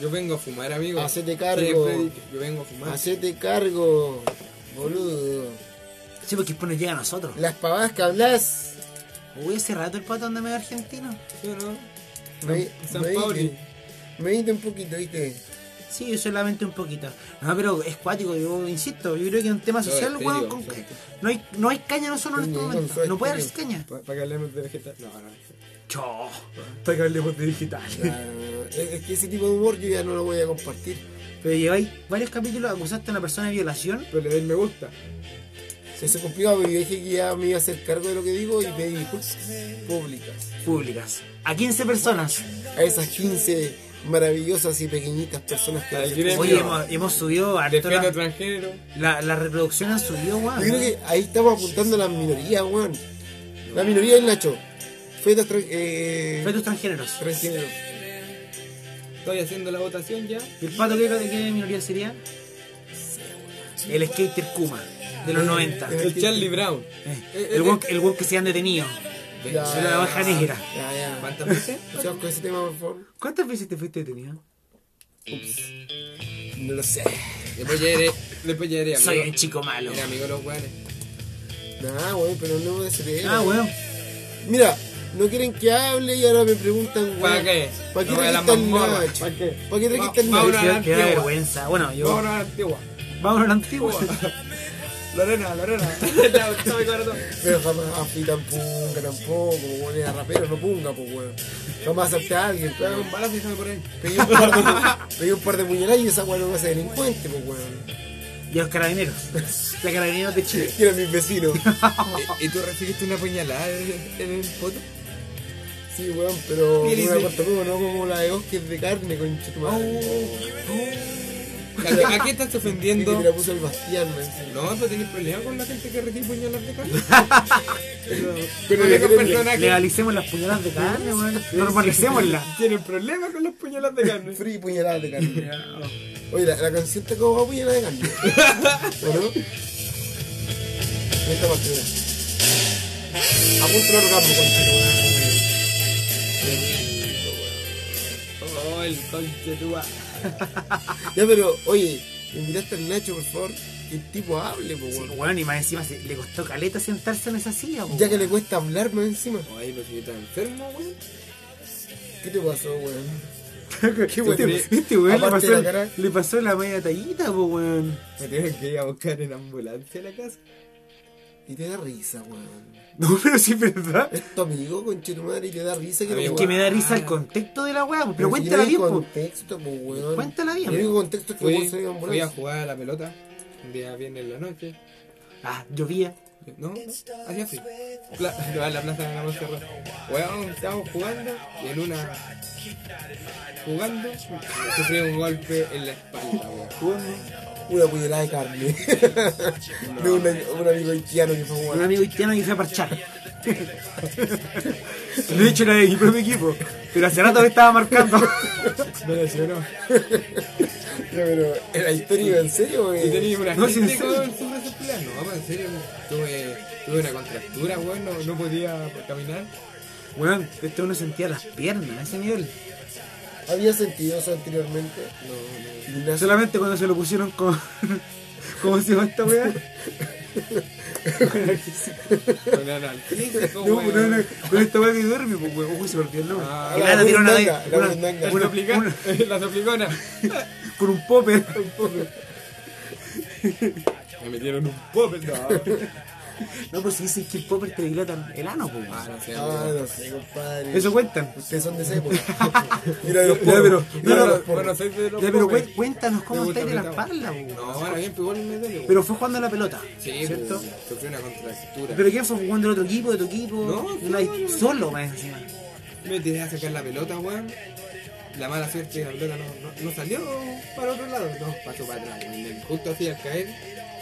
Yo vengo a fumar, amigo.
Hacete cargo.
Siempre he dicho, Yo vengo a fumar.
Hacete cargo, boludo.
Sí, porque después nos llega a nosotros.
Las pavadas que hablas.
Uy, hace rato el pato anda medio argentino.
¿Sí o no?
Me,
San
me-
Pauli.
medite un poquito, ¿viste?
Sí, yo solamente un poquito. No, pero es cuático, yo insisto, yo creo que es un tema
No,
social,
en
weón,
serio,
con
en
que
serio.
no hay, no hay caña no solo en este
Coño,
momento.
con
No puede haber
suerte,
caña.
¿Para que hablemos de vegetal? No, no.
Chao. Hasta que hablemos de digital.
Ah, es, es que ese tipo de humor yo ya no lo voy a compartir.
Pero lleváis varios capítulos, acusaste a una persona de violación.
Pero le doy me gusta.
Se se complicado, pero yo dije que ya me iba a hacer cargo de lo que digo y pedí disculpas públicas.
públicas a 15 personas.
A esas 15 maravillosas y pequeñitas personas que...
Al
nos
gremio.
escuchan.
Oye, hemos, hemos subido a
Defiendo transgénero.
la, la reproducción ha subido,
Yo creo
weón.
que ahí estamos apuntando a la minoría, weón. La minoría del Nacho. Fetas tran- eh,
Fetos transgéneros.
transgénero.
Estoy haciendo la votación ya.
¿Y el pato qué, de qué minoría sería? El skater Kuma, de los 90.
eh,
Eh,
El Charlie Brown.
El weón el weón que se han detenido.
Ya,
Se la baja negra.
Ya, ya.
¿Cuántas veces?
No seamos con ese tema, por favor.
¿Cuántas veces te fuiste detenido?
No lo sé.
Después ya iré. Después ya iré, amigo.
Soy un chico malo.
Era amigo de los weones.
Nah, weón, pero no me se
Ah, weón.
Mira, no quieren que hable y ahora me preguntan, weón.
¿Para qué?
¿Para qué
No voy a la
requistan
mazmorra.
Nacho?
¿Para qué?
¿Para qué requistan
Va-
Nacho?
vámonos.
Qué, qué
antigua.
vergüenza. Bueno, yo.
Vámonos a la antigua.
Vamos a la antigua.
Lorena, Lorena. Chao, chao, mi corazón.
Pero jamás ah, fui tan punga tampoco, pues, weón. Era rapero, no punga, pues, weón. Jamás salté a alguien,
Dame
claro.
un balazo y se me por ahí.
Pedí un par de, pedí un par de puñaladas y esa weón no va a ser delincuente, pues, weón.
Y los carabineros. Los carabineros de Chile.
Que eran mis vecinos.
¿Y, y tú recibiste una puñalada en, en el poto?
Sí, weón, pero
Bien,
una
dice. Oh,
cortacuba, no como la de Oscar de carne, con
¿A qué, a qué estás
Y que
ofendiendo?
te la puso el Bastián, me encima.
No, tú tienes problema con la gente que recibe puñaladas de carne.
Pero
Con
le-
esos
le-
personajes.
Legalicemos las puñaladas de carne, weón. Normalicémoslas.
Tienen problemas con las puñaladas de carne.
Free y puñaladas de carne. Oye, la, la canción está como a puñalada de carne. ¿O no? En Esta parte, mira. Apunta el orgasmo, concha.
Oh, el conche tu madre.
Ya, pero, oye, invitaste al Nacho, por favor, que el tipo hable, po, weón.
Bueno, y más encima se- le costó caleta sentarse en esa silla, po,
Ya que
weón.
le cuesta hablar más encima.
Ay, pero si yo estaba enfermo, güey.
¿Qué te pasó, weón?
Este-
bueno.
Este weón le
Aparte
pasó,
de la cara-
le pasó la media tallita, po, weón.
Me tienen que ir a buscar en ambulancia a la casa.
Y te da risa, weón.
No, pero sí es verdad.
Es tu amigo, conche tu madre, y te da risa que
A mí
Es
lo
que me da risa el contexto de la weá, po, pero cuéntala bien, po.
contexto, pues, weón.
Cuéntala bien.
El único contexto es que
Fui,
vos soy un
fui a
buen
jugar a la pelota. Un día viernes en la noche.
Ah, llovía.
No, no, hacía frío. Pla- Yo a la plaza de la Monserrat. Weón, estábamos jugando y en una. Jugando, sufrí un golpe en la espalda, weón.
una puñalada de carne. de un, un amigo haitiano que fue a
Un
jugar.
amigo haitiano que fue a parchar. De hecho, era de mi propio equipo. Pero hace rato me estaba marcando.
No lesionó.
Ya, Pero era histórico, en serio,
Y
güey.
tenía una
No,
gente
sí,
con
sí.
supraescapular. No, pues, en serio, tuve, tuve una contractura, weón, no, no podía caminar.
Bueno, este uno sentía las piernas a ese nivel.
¿Había sentido eso anteriormente? No, Ah, no. Ignacio,
Solamente cuando se lo pusieron con. ¿Cómo se llama esta weá?
Con el analgésico,
No,
weón.
no, no, con esta weá que duerme, pues weón. Uy, se me olvidó el nombre.
Ah,
Y
la
nada, tira una de-
burundanga, la
una-
burundanga.
La
una-
soplica-
una-
la soplicona.
Con un popper.
Me metieron un pop, no.
No, pues si dicen que el popper te dilatan el ano, pues.
Ah, no sé,
Ah,
weón.
no sé, compadre.
Eso cuentan.
Ustedes son de esa época. Mira los
Ya,
pobres.
pero-
Mira
no, no,
los
no,
pobres.
Bueno, soy de los
Ya, pero
pobres.
cuen- cuéntanos
Me
cómo
gusta
estáis de las
apretar.
parlas, pues.
No, ahora bien, pero igual me duele,
Pero fue jugando a la pelota.
Sí, pues.
¿cierto?
weón, sufrí una contractura.
¿Pero qué fue jugando el otro equipo, de tu equipo?
No,
No, hay
no, no.
solo más encima.
Me tiré a sacar la pelota, weón. La mala suerte de la pelota no, no, no salió para otro lado, no, pasó para atrás, weón. Y Justo así al caer,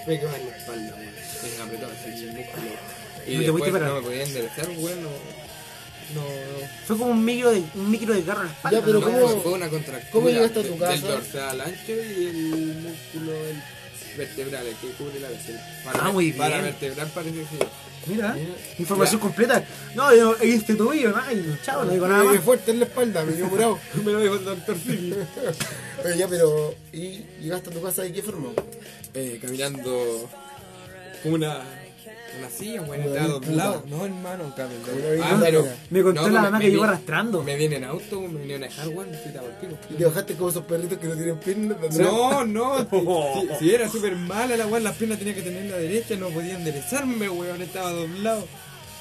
me quedó en la espalda, weón. Me apretó así el músculo. Y
No te
después
pudiste parar.
no me podía enderezar, weón. No, no, no.
Fue como un micro de, un micro de carro en la espalda.
Ya, pero
¿no?
¿cómo-
No, fue una contractura.
cómo llegaste a tu
de-
casa?
Del dorsal ancho y el músculo el vertebral, el que cubre la vértebra.
Ah, muy bien.
Para vertebral parece que sí.
Mira, información completa. No, yo ahí este tobillo, ¿no? Ay, chao, no digo nada
Me
más.
dio fuerte en la espalda, me dio morado.
Me lo dijo el doctor Simi.
Oye, ya, pero. ¿Y llegaste a tu casa de qué forma?
eh, caminando como una, una silla, weón,
Como
estaba
David
doblado.
Puta.
No, hermano, caminando.
Como David
Ah,
Puta,
pero-
mira.
Me contó
no,
la
me-
mamá
me
que llegó
vi-
arrastrando.
Me vienen en auto, me vinieron a dejar, weón, fui tapado el pico.
¿Y te bajaste como esos perritos que no tienen piernas? de atrás?
No, no, si, si- si era súper mala la weón, las piernas tenía que tener la derecha, no podía enderezarme, weón, estaba doblado.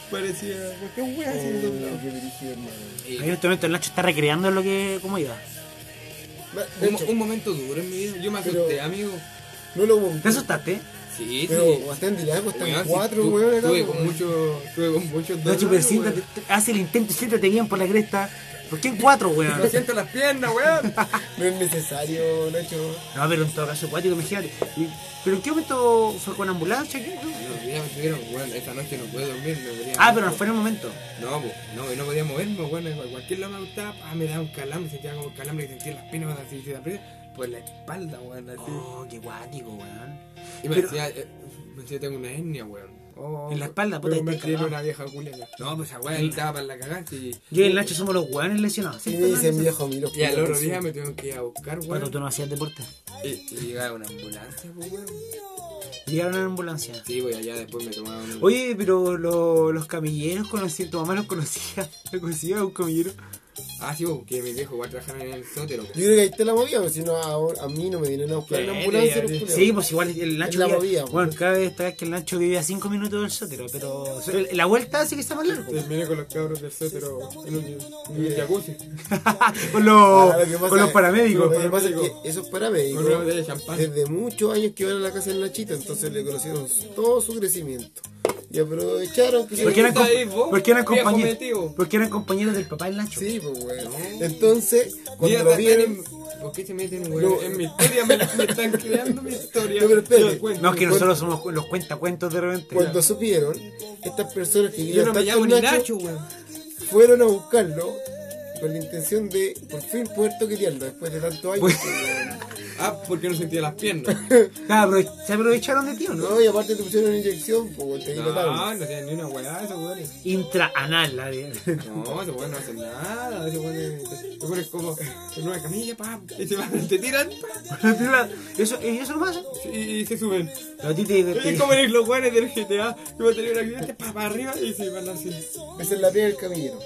Parecía, ¿qué weón así
Oh,
doblado?
qué dirigido, hermano.
Y-
En este momento el Nacho está recreando lo que, cómo iba.
De
un,
hecho,
un momento duro en mi vida, yo me asusté,
Pero-
amigo.
no lo hubo.
¿Te asustaste?
Sí, sí.
Pero hasta en Dilago, hasta
Weón,
en
sí,
cuatro,
tu-
weón. acá,
Tuve con
weón.
mucho, tuve con muchos
Nacho, pero
dolores, weón.
siéntate, hace el intento, siéntate bien por la cresta. ¿Por qué en cuatro, weón?
No siento las piernas, weón.
No es necesario, Nacho.
No, pero en todo caso, cuático, imagínate. Y- ¿Pero en qué momento fue con ambulancia? ¿Qué?
Los días me tuvieron, weón, esta noche no pude dormir, me podía
Ah, pero no fue en el momento.
No, po, no, no podía moverme, weón, en cualquier lado me gustaba, ah, me daba un calambre, sentía como calambre que sentía en las piernas así, así, así, por la espalda, weón, así.
Oh, qué cuático, weón.
y me
pero-
decía, eh, me decía, tengo una hernia, weón. Oh,
En la espalda, puta,
puta, me
estoy
tiene
cagado.
una vieja culia. weón. No, pues esa weón estaba para la cagada y,
Yo y el Nacho somos los weones lesionados.
Y
¿cierto,
me dicen
Nacho?
viejo a mí los
y al otro
perros.
día me tuvieron que ir a buscar,
Cuando
weón.
tú no hacías deporte.
Y, y llegaba una ambulancia, po, weón.
Llegaron en ambulancia.
Sí, pues allá después me tomaban un...
Oye, pero lo- los camilleros conocí, tu mamá los conocía, ¿Lo conocía un camillero.
Ah, sí, po, que mi viejo va a trabajar en el sótero, po.
Yo creo que ahí está la movida, porque si no, a, a mí no me vienen a buscar en
Bueno,
ambulancia.
ya,
los
ya.
culiados.
Sí, pues igual el Nacho.
la
vive-
movida, pues.
bueno, cabe destacar que el Nacho vive a 5 minutos del sótero, pero el- la vuelta sí que está más largo.
Terminé con los cabros del sótero en un, en un jacuzzi.
con los,
Ah, lo que pasa
con los
es-
paramédicos.
Lo que pasa es
paramédicos.
que esos
Con una
paramédicos,
botella de champán.
desde muchos años que van a la casa de Nachito, entonces le conocieron todo su crecimiento. Y aprovecharon que se-
¿Por qué eran,
¿Dónde
compa-
estáis vos,
porque eran
viejo
compañeros?
metido?
Porque eran compañeros del papá del Nacho.
Sí, pues bueno. Entonces, cuando
Mira,
lo
están
vieron.
en- ¿Por qué se meten, weón?
No.
En mi historia, me, me están creando mi historia.
No, pero espérate.
Yo cuento.
No, es que nosotros somos cu- los cuentacuentos de repente.
Cuando supieron, estas personas que
Yo no
querían tanto
me llamo
a
ni
Nacho
Nacho, weón.
fueron a buscarlo con la intención de por fin poder toquetearlo después de tantos años.
Pues-
que,
Ah, porque no sentía las piernas.
Ah, pero se aprovecharon de ti, ¿o
bueno,
¿no?
no, y aparte te pusieron una inyección, pues bueno, te
No,
dilataron.
no hacían ni una weá, esos weones.
Intraanal, la de.
No, esos weones no hacen nada. Esos weones te, te pones como en una camilla, pam, y te, van- te tiran pa,
eso, ¿Y eso no pasa?
y, y se suben.
Pero a ti te.
Es
te-
como en los weones del GTA, que van a tener un accidente, pa, para arriba y se van así.
Esa es la pega del camillero.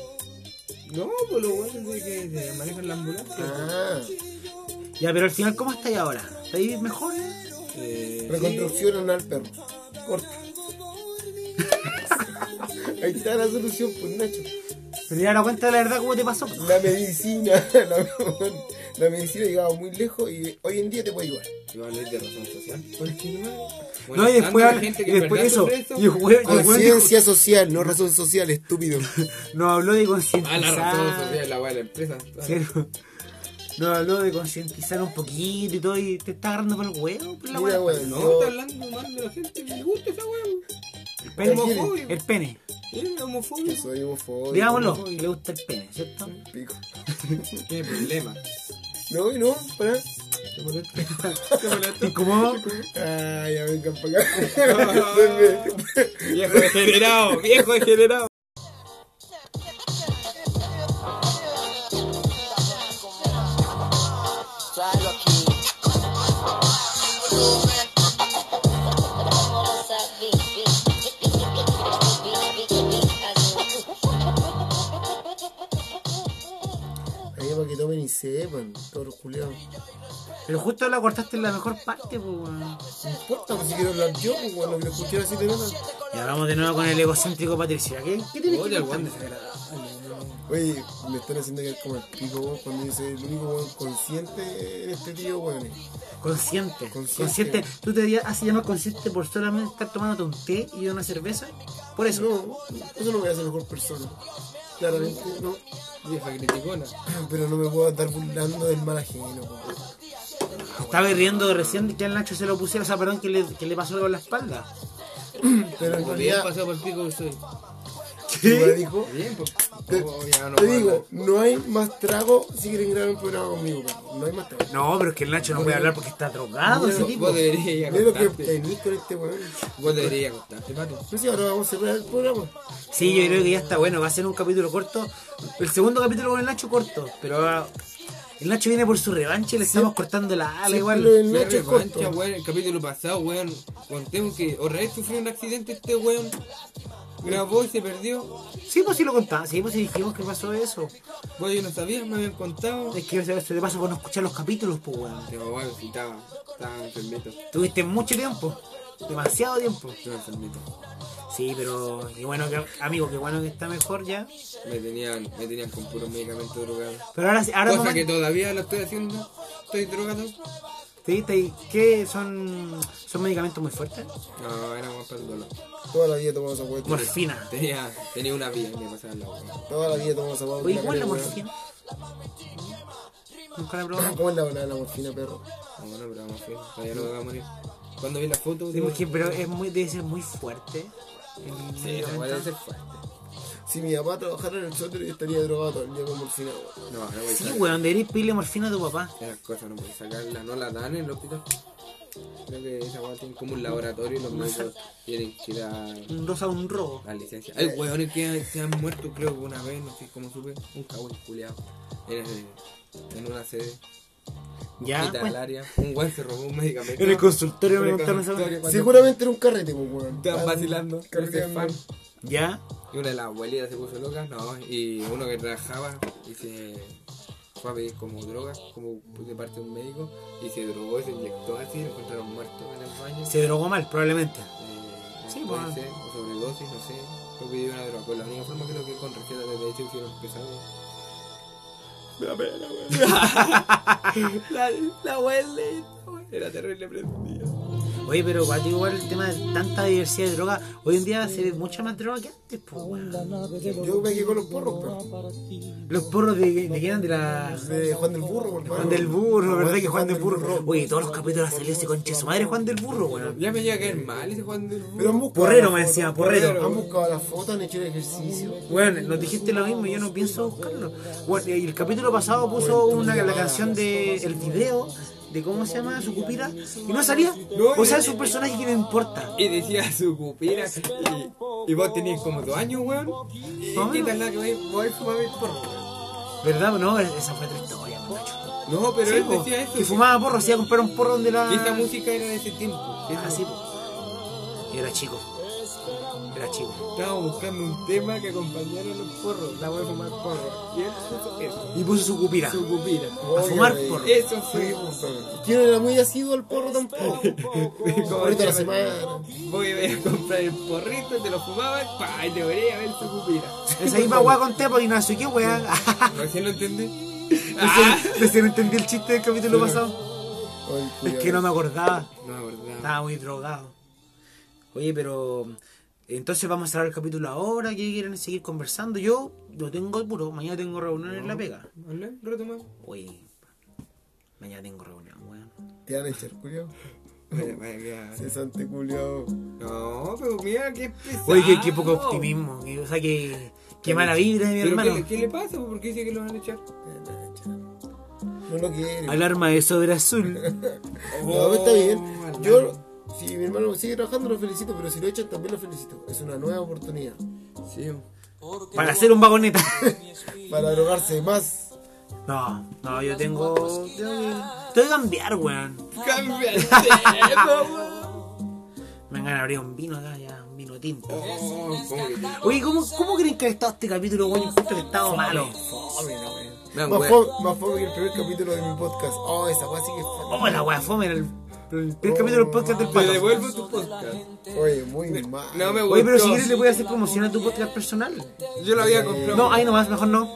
No, pues los weones de que se manejan la ambulancia.
Ah,
Ya, pero al final, ¿cómo estás ahora? ¿Estáis mejor? eh?
Eh,
reconstruccionan al perro. Corta. Ahí está la solución, pues Nacho.
Pero ya la cuenta de la verdad, ¿cómo te pasó?
La medicina, la, la medicina llegaba muy lejos y hoy en día te puede ayudar.
Yo hablé de razón social. Porque no.
no, y después, habla-
gente
y después eso. Y el
yo
jue- y el weón Ah, dijo-
Conciencia social, no razón social, estúpido.
nos habló de
Ah, la razón
concientizar.
social, la weá de la empresa.
Sí, no. nos habló de concientizar un poquito y todo, y te está agarrando por el huevo, por la
Mira,
huevo.
weón,
No,
yo-
está hablando mal de la gente que le gusta esa weón.
El pene,
homofóbico.
el pene.
Es
yo
homofóbico.
soy homofóbico.
Digámoslo, le gusta el pene, ¿cierto?
Pico.
Tiene problemas.
No, no, para.
¿Te molesta? ¿Te molesta?
¿Cómo?
Ah, ya vengan para acá. Duerme.
Viejo degenerado, viejo degenerado.
Tráelo aquí. Vamos a vivir.
Ahí para que tomen y sepan, todos culiados. No
Pero justo la cortaste en la mejor parte, pues, weón.
importa, pues si quiero hablar yo, pues, bueno, que lo escuché así de nada.
Y hablamos de nuevo con el egocéntrico Patricio. ¿Qué, qué tienes
Oye,
que
el
contar?
weón desagradable.
Oye, me están haciendo caer como el pico, weón, cuando yo soy el único weón consciente en este tío, weón.
Consciente.
Consciente.
Consciente. ¿Tú te haces llamar consciente por solamente estar tomándote un té y una cerveza? Por eso.
No, eso no me hace mejor persona. Claramente, no.
Vieja criticona.
Pero no me puedo andar burlando del mal ajeno, weón.
Estaba riendo recién de que al Nacho se lo pusiera, o sea, perdón, que le, que le pasó algo en la espalda.
Pero en
Bien pues.
realidad,
pasado por el pico que soy.
como le dijo,
Bien, pues.
te,
Oh, ya no
te
puedo
digo,
hablar.
no hay más trago si quieren grabar un programa conmigo, weón. No hay más trago.
No, pero es que el Nacho no puede hablar porque está drogado ese
Vos-
tipo.
Vos deberías
Mira lo que
acostarte.
tenís con este weón.
Vos deberías acostarte, pato.
No sé, ahora vamos a cerrar el programa.
Sí, yo creo que ya está bueno, va a ser un capítulo corto. El segundo capítulo con el Nacho corto, pero ahora el Nacho viene por su revancha y le estamos cortando la ala
Siempre
igual.
el
La
Nacho es corto.
revancha, weón, el capítulo pasado, weón, contemos que O'Reilly sufrió un accidente este weón. Grabó y se perdió.
Sí, pues sí lo contaba, sí, pues sí dijimos que pasó eso.
Vos yo no sabía, me habían contado.
Es que se te pasa por no escuchar los capítulos, pues weón.
Pero weón, sí, estaba, estaba enfermito.
Tuviste mucho tiempo, demasiado tiempo.
Estaba enfermito.
Sí, pero y bueno, que, amigo, qué bueno que está mejor ya.
Me tenían, me tenían con puros medicamentos drogados.
Pero ahora, sí- ahora
Cosa
mamá-
que todavía lo estoy haciendo. Estoy drogado.
¿te diste ahí? ¿Qué son, son medicamentos muy fuertes?
No, era más para el dolor.
Toda la vida tomamos agua.
Morfina.
Tenía, tenía una vía que me pasaba la weón.
Toda la vida tomamos agua.
Oye, ¿cómo es la morfina? Nunca la he probado.
Ah, ¿Cómo es la volada de la morfina, perro?
No, bueno, pero vamos a ver. Todavía no me voy a morir. Cuando vi la
Digo
foto, digo,
que, pero es muy, debe ser muy fuerte. el
Sí, esa weá debe
medicamento.
ser fuerte.
Si mi papá trabajara en el sótano, yo estaría drogado todo el día con morfina, weón.
No, no voy a
Sí,
sacar.
weón, deberías pedirle morfina a tu papá.
Esas cosas no puedes sacarlas, no las dan en el hospital. Creo que esa weá tiene como un laboratorio y los médicos tienen que ir a
Un rosa, un robo.
la licencia. Hay weones que han- se han muerto, creo que una vez, no sé cómo supe, un cagüey culiado. En, el- en una sede
Ya. pues.
hospitalaria, un weón se robó un medicamento.
En el consultorio
En
me
el
contaron esa
consultorio,
weá.
cuando
Seguramente era un carrete, pues, weón.
Estaban vacilando, ese
carreteando.
fan.
Ya.
Y una de las abuelitas se puso loca, no, y uno que trabajaba y se fue a pedir como droga, como de parte de un médico, y se drogó, se inyectó así, lo encontraron muerto en el baño.
Se drogó mal, probablemente.
Eh,
Sí,
puede
bueno.
ser, o sobredosis, no sé, creo que dio una droga. Pues la única forma creo que con receta de derecho hicieron pesado. la, la abuelita, weón, era terrible prendida.
Oye, pero guato, igual el tema de tanta diversidad de droga. Hoy en día se ve mucha más droga que antes, pues weón.
Yo me quedé con los porros, perro.
Los porros de, de quién de la.
De Juan del Burro, por
Juan del Burro, ¿verdad? Que Juan del Burro. Oye, todos los capítulos salió ese conche su madre Juan del Burro, weón.
Ya me llega a caer mal ese Juan del
Pero han buscado
Porrero
la
me
foto.
decía, porrero.
Han buscado las fotos, han hecho el ejercicio.
Bueno, nos dijiste lo mismo, yo no pienso buscarlo. Bueno, y el capítulo pasado puso una, la canción de el video de cómo se llama su cupida y no salía. O sea, es un personaje que no importa.
Y decía su cupira. Y, y vos tenías como dos años, weón. Y
Ah.
qué tal la que voy voy a fumar mi porro, weón.
¿Verdad? No, E-, esa fue otra historia, muchacho.
No, pero
Sí,
él
po,
decía eso.
que fumaba porro, se iba a comprar un porro donde la.
Y esa música era de ese tiempo.
Ah, sí, po. Yo era chico. Era chico.
Estábamos buscando un tema que acompañara a los porros. La voy a fumar porro. Y él puso eso.
Y puso su cupira.
Su cupira.
A fumar porro.
Eso fue.
Yo no era muy asiduo al porro tampoco.
Como
Ahorita la
decía,
semana.
Voy a ir a comprar el porrito, te lo fumabas. Pa, y te volví a ver su cupira.
Esa misma weá con Tepo y no sé qué weá.
¿Recién lo entendí? Ah.
Recién- Recién entendí el chiste del capítulo pasado.
Ay,
Es
cuidado.
que no me acordaba.
No, verdad.
Estaba muy drogado. Oye, pero. Entonces vamos a cerrar el capítulo ahora. que quieren seguir conversando? Yo lo tengo puro. Mañana tengo reunión en la pega.
Habla, retomamos.
Oye, Mañana tengo reunión, weón.
Te van a echar, culiao.
Vaya, vaya.
Cesante, culiao.
No, pero mira, qué pesado.
Oye, qué, qué poco optimismo. que- o sea, que, qué mala vibra, mi
Pero ¿qué,
hermano.
le- ¿Qué le pasa? ¿Por qué dice que lo van a echar?
Te van a echar. No lo quiere.
Alarma de sobre azul.
No, está bien.
Oh, hermano.
Yo, si mi hermano sigue trabajando, lo felicito, pero si lo echan, también lo felicito. Es una nueva oportunidad
Sí.
Para hacer un vagoneta.
para drogarse más.
No, no, yo tengo. Tengo que cambiar, weón.
Cambia el tema, weón.
Me han ganado abrir un vino acá, ya, un vino tinto.
Oh, ¿cómo que te-
Oye, ¿cómo, ¿cómo creen que ha estado este capítulo, weón? Yo encuentro que ha estado malo.
Fome, la wea.
Me dan
Más
wea.
fome, más fome que el primer capítulo de mi podcast. Oh, esa weá sí que es fome.
Hola, weón, fome. El, el primer capítulo del podcast del
Te
pato.
devuelvo tu podcast.
Oye, muy mal.
No me
Oye,
gustó.
pero si quieres le voy a hacer promoción a tu podcast personal.
Yo lo había comprado.
No, ahí nomás, mejor no.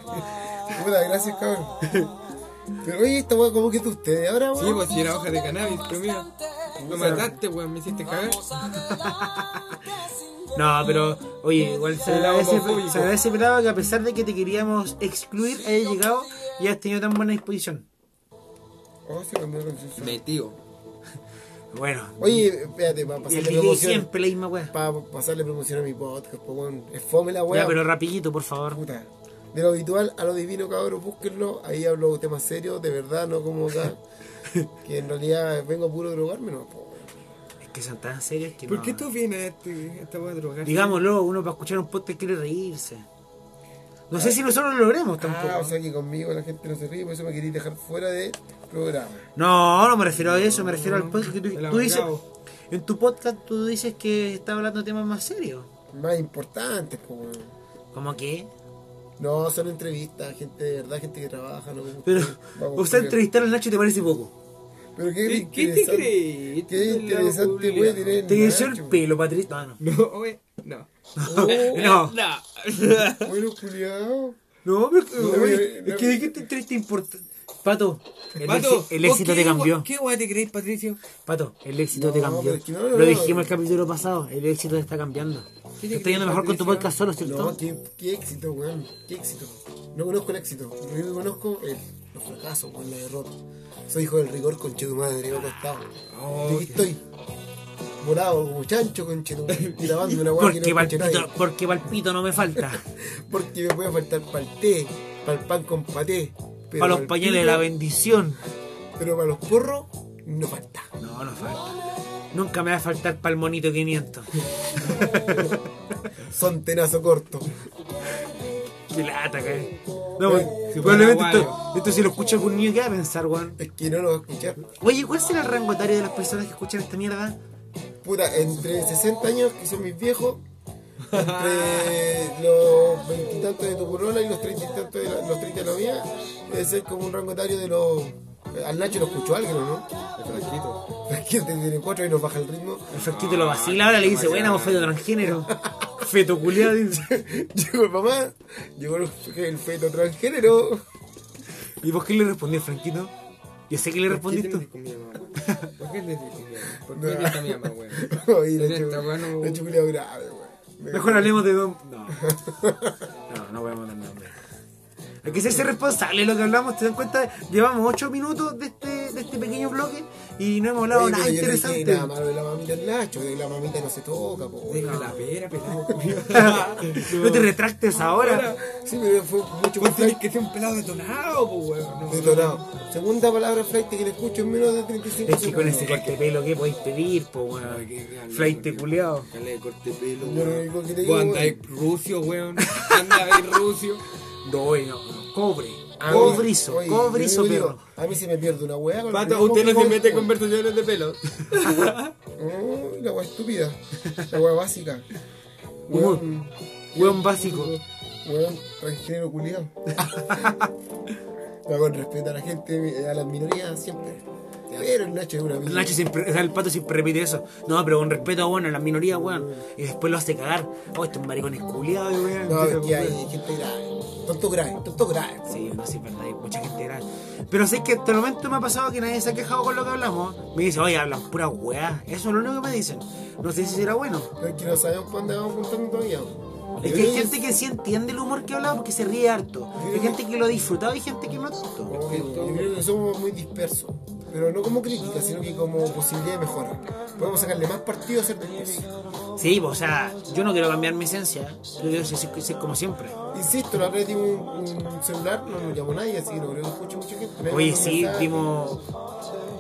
Puta, gracias, cabrón. Pero oye, esta weá, ¿cómo que es de ustedes ahora,
Sí,
weón?
pues si era hoja de cannabis, pero mira. Lo mataste, weón, me hiciste cagar.
No, pero, oye, igual se
Era
agradece,
homofóbico.
se agradece, pelado, que a pesar de que te queríamos excluir, hayas llegado y has tenido tan buena disposición.
Oh, se cambió la canción.
Metido.
Bueno,
Oye, espérate, para
y el
pasarle
DJ
promoción.
siempre la misma weá.
Para pasarle promoción a mi podcast, pues weón. Es fome la
Ya,
weá.
pero rapidito, por favor.
Puta. De lo habitual a lo divino, cabrón, búsquenlo. Ahí hablo temas serios, de verdad, no como acá. que en realidad vengo puro a drogarme, no, po, weón.
Es que son tan serios que
¿Por
no.
qué tú vienes a este, a esta weá drogar?
Digámoslo, uno para escuchar un podcast quiere reírse. No sé si nosotros lo logremos tampoco.
Ah, o sea que conmigo la gente no se ríe, por eso me quería dejar fuera de programa.
No, no me refiero a eso, me refiero al podcast que tú,
el
tú dices.
amargado.
En tu podcast tú dices que estás hablando de temas más serios.
Más importantes, po, weón.
¿Cómo que?
No, son entrevistas, gente de verdad, gente que trabaja, no como
Pero,
ustedes. Vamos,
usted
Julio.
entrevistar al Nacho y te parece poco.
Pero qué,
¿Qué, qué te
interesante-
crees?
Qué interesante,
Culeado.
güey, tiene
Te creció el
Nacho.
pelo, Patricio. No, no.
No, güey,
No,
no.
Bueno, culiao.
no, pero,
No,
oye,
no,
es que
no.
de qué te entrevista importante. Pato, el,
Pato,
éxi- el
¿vos
éxito
qué
te
gua-
cambió.
¿Qué guay te crees, Patricio?
Pato, el éxito
No,
te cambió.
pero es que no, no,
Lo
no.
dijimos el capítulo pasado, el éxito te está cambiando. Te
¿Qué te
está yendo
crees,
mejor con tu
Patricio?
podcast solo, ¿cierto?
No, qué, qué éxito, weón. Qué éxito. No conozco el éxito. Lo único que conozco es los fracasos, weón, la derrota. Soy hijo del rigor, conche tu madre, yo acostado.
Oh,
y aquí estoy. Volado como chancho, conche tu madre. Grabando una weá que no
Porque
escucha
palpito,
nadie.
porque palpito no me falta.
Porque me puede faltar pa'l té, pa'l pan con paté. pero
Para los
pa'l
pañales de
pico,
la bendición.
Pero para los porros, no falta.
No, no falta. Nunca me va a faltar para el monito 500.
Son tenazo corto.
Qué lata, cae. No,
Eh,
pues,
si
probablemente
fuera
esto, esto si lo escucha algún niño, ¿qué va a pensar, weón?
Es que no lo va a escuchar.
Oye, ¿cuál será el rango etario de las personas que escuchan esta mierda?
Puta, entre 60 años, que son mis viejos, entre los veintitantos de tu corola y los treinta y tantos de, la- los 30 de la mía, debe ser como un rango etario de los. Al Nacho lo escuchó alguien, ¿o ¿no?
El franquito.
Es que tiene cuatro y nos baja el ritmo.
El franquito lo vacila, ahora le dice, buena, vos feto transgénero. Feto culiado, dice.
llegó el mamá, llegó el, el feto transgénero.
¿Y vos qué le respondí al franquito? Yo sé que le respondiste
¿Por qué
tú.
te metes con mi mamá, güey? ¿Por qué te metes con mi mamá? ¿Por qué te metes con mi mamá, güey?
Oye,
En
Nacho,
esta, güey, no-
Nacho culiao grave, güey.
Mejor hablemos de don. No. No, no podemos dar nombre. Hay que serse responsable de lo que hablamos, ¿te dan cuenta? Llevamos 8 minutos de este, de este pequeño bloque y no hemos hablado
Oye,
nada
pero yo no dije
interesante.
Nada malo de la mamita del Nacho, de que la mamita no se toca, po. güey.
Deja la pera, pelado.
no te retractes ahora.
Sí, pero fue mucho
Vos
más
tenés que ser un pelado detonado, pues, güey. No,
Detonado. Segunda palabra flight que le escucho en menos de 35
Es que con
segundos.
ese corte de pelo, ¿qué podéis pedir, po,
no,
weón?
que- que-
Flaite
que-
culiao.
que le corte pelo,
Yo lo
güey.
único que te digo,
Vos andáis rucio, güey. Andáis rucio.
No, güey, no, no. Cobre.
A mí-
Cobrizo,
Ah, oye,
cobrizo,
yo digo,
perro.
A mí se me pierde una weá. con el
Pato,
primer
usted no se
Pokémon,
mete en
weón.
conversaciones de pelo.
Oh, la weá estúpida. La weá básica. Weón,
Weón básico.
weón, transgénero culiado. Va con respeto a la gente, a las minorías siempre. Pero el Nacho es una
El
minoría.
Nacho siempre, o sea, el pato siempre repite eso. No, pero con respeto, bueno, a las minorías, weón. Y después lo hace cagar. Oh, estos maricones culiados, weón.
No,
Empieza,
es que hay
weón.
gente grave. Tonto grave, tonto grave.
Sí, no sí, es verdad, hay mucha gente grave. Pero sé que hasta el momento me ha pasado que nadie se ha quejado con lo que hablamos. Me dice, oye, hablan pura weá. Eso es lo único que me dicen. No sé si será bueno.
Pero es que no sabemos para dónde vamos apuntando todavía.
Es que hay gente que sí entiende el humor que hablaba porque se ríe harto. Hay gente que lo ha disfrutado y gente que no tanto.
Yo creo que somos muy dispersos. Pero no como crítica, sino que como posibilidad de mejora. Podemos sacarle más partido a ser dispersos.
Sí, pues, o sea, yo no quiero cambiar mi esencia. Yo quiero ser, ser- ser como siempre.
Insisto, la otra vez dimos un, un celular, no nos llamó nadie, así que no creo que escuche mucha gente. Nadie
Oye,
nos
sí,
mensaje.
dimos.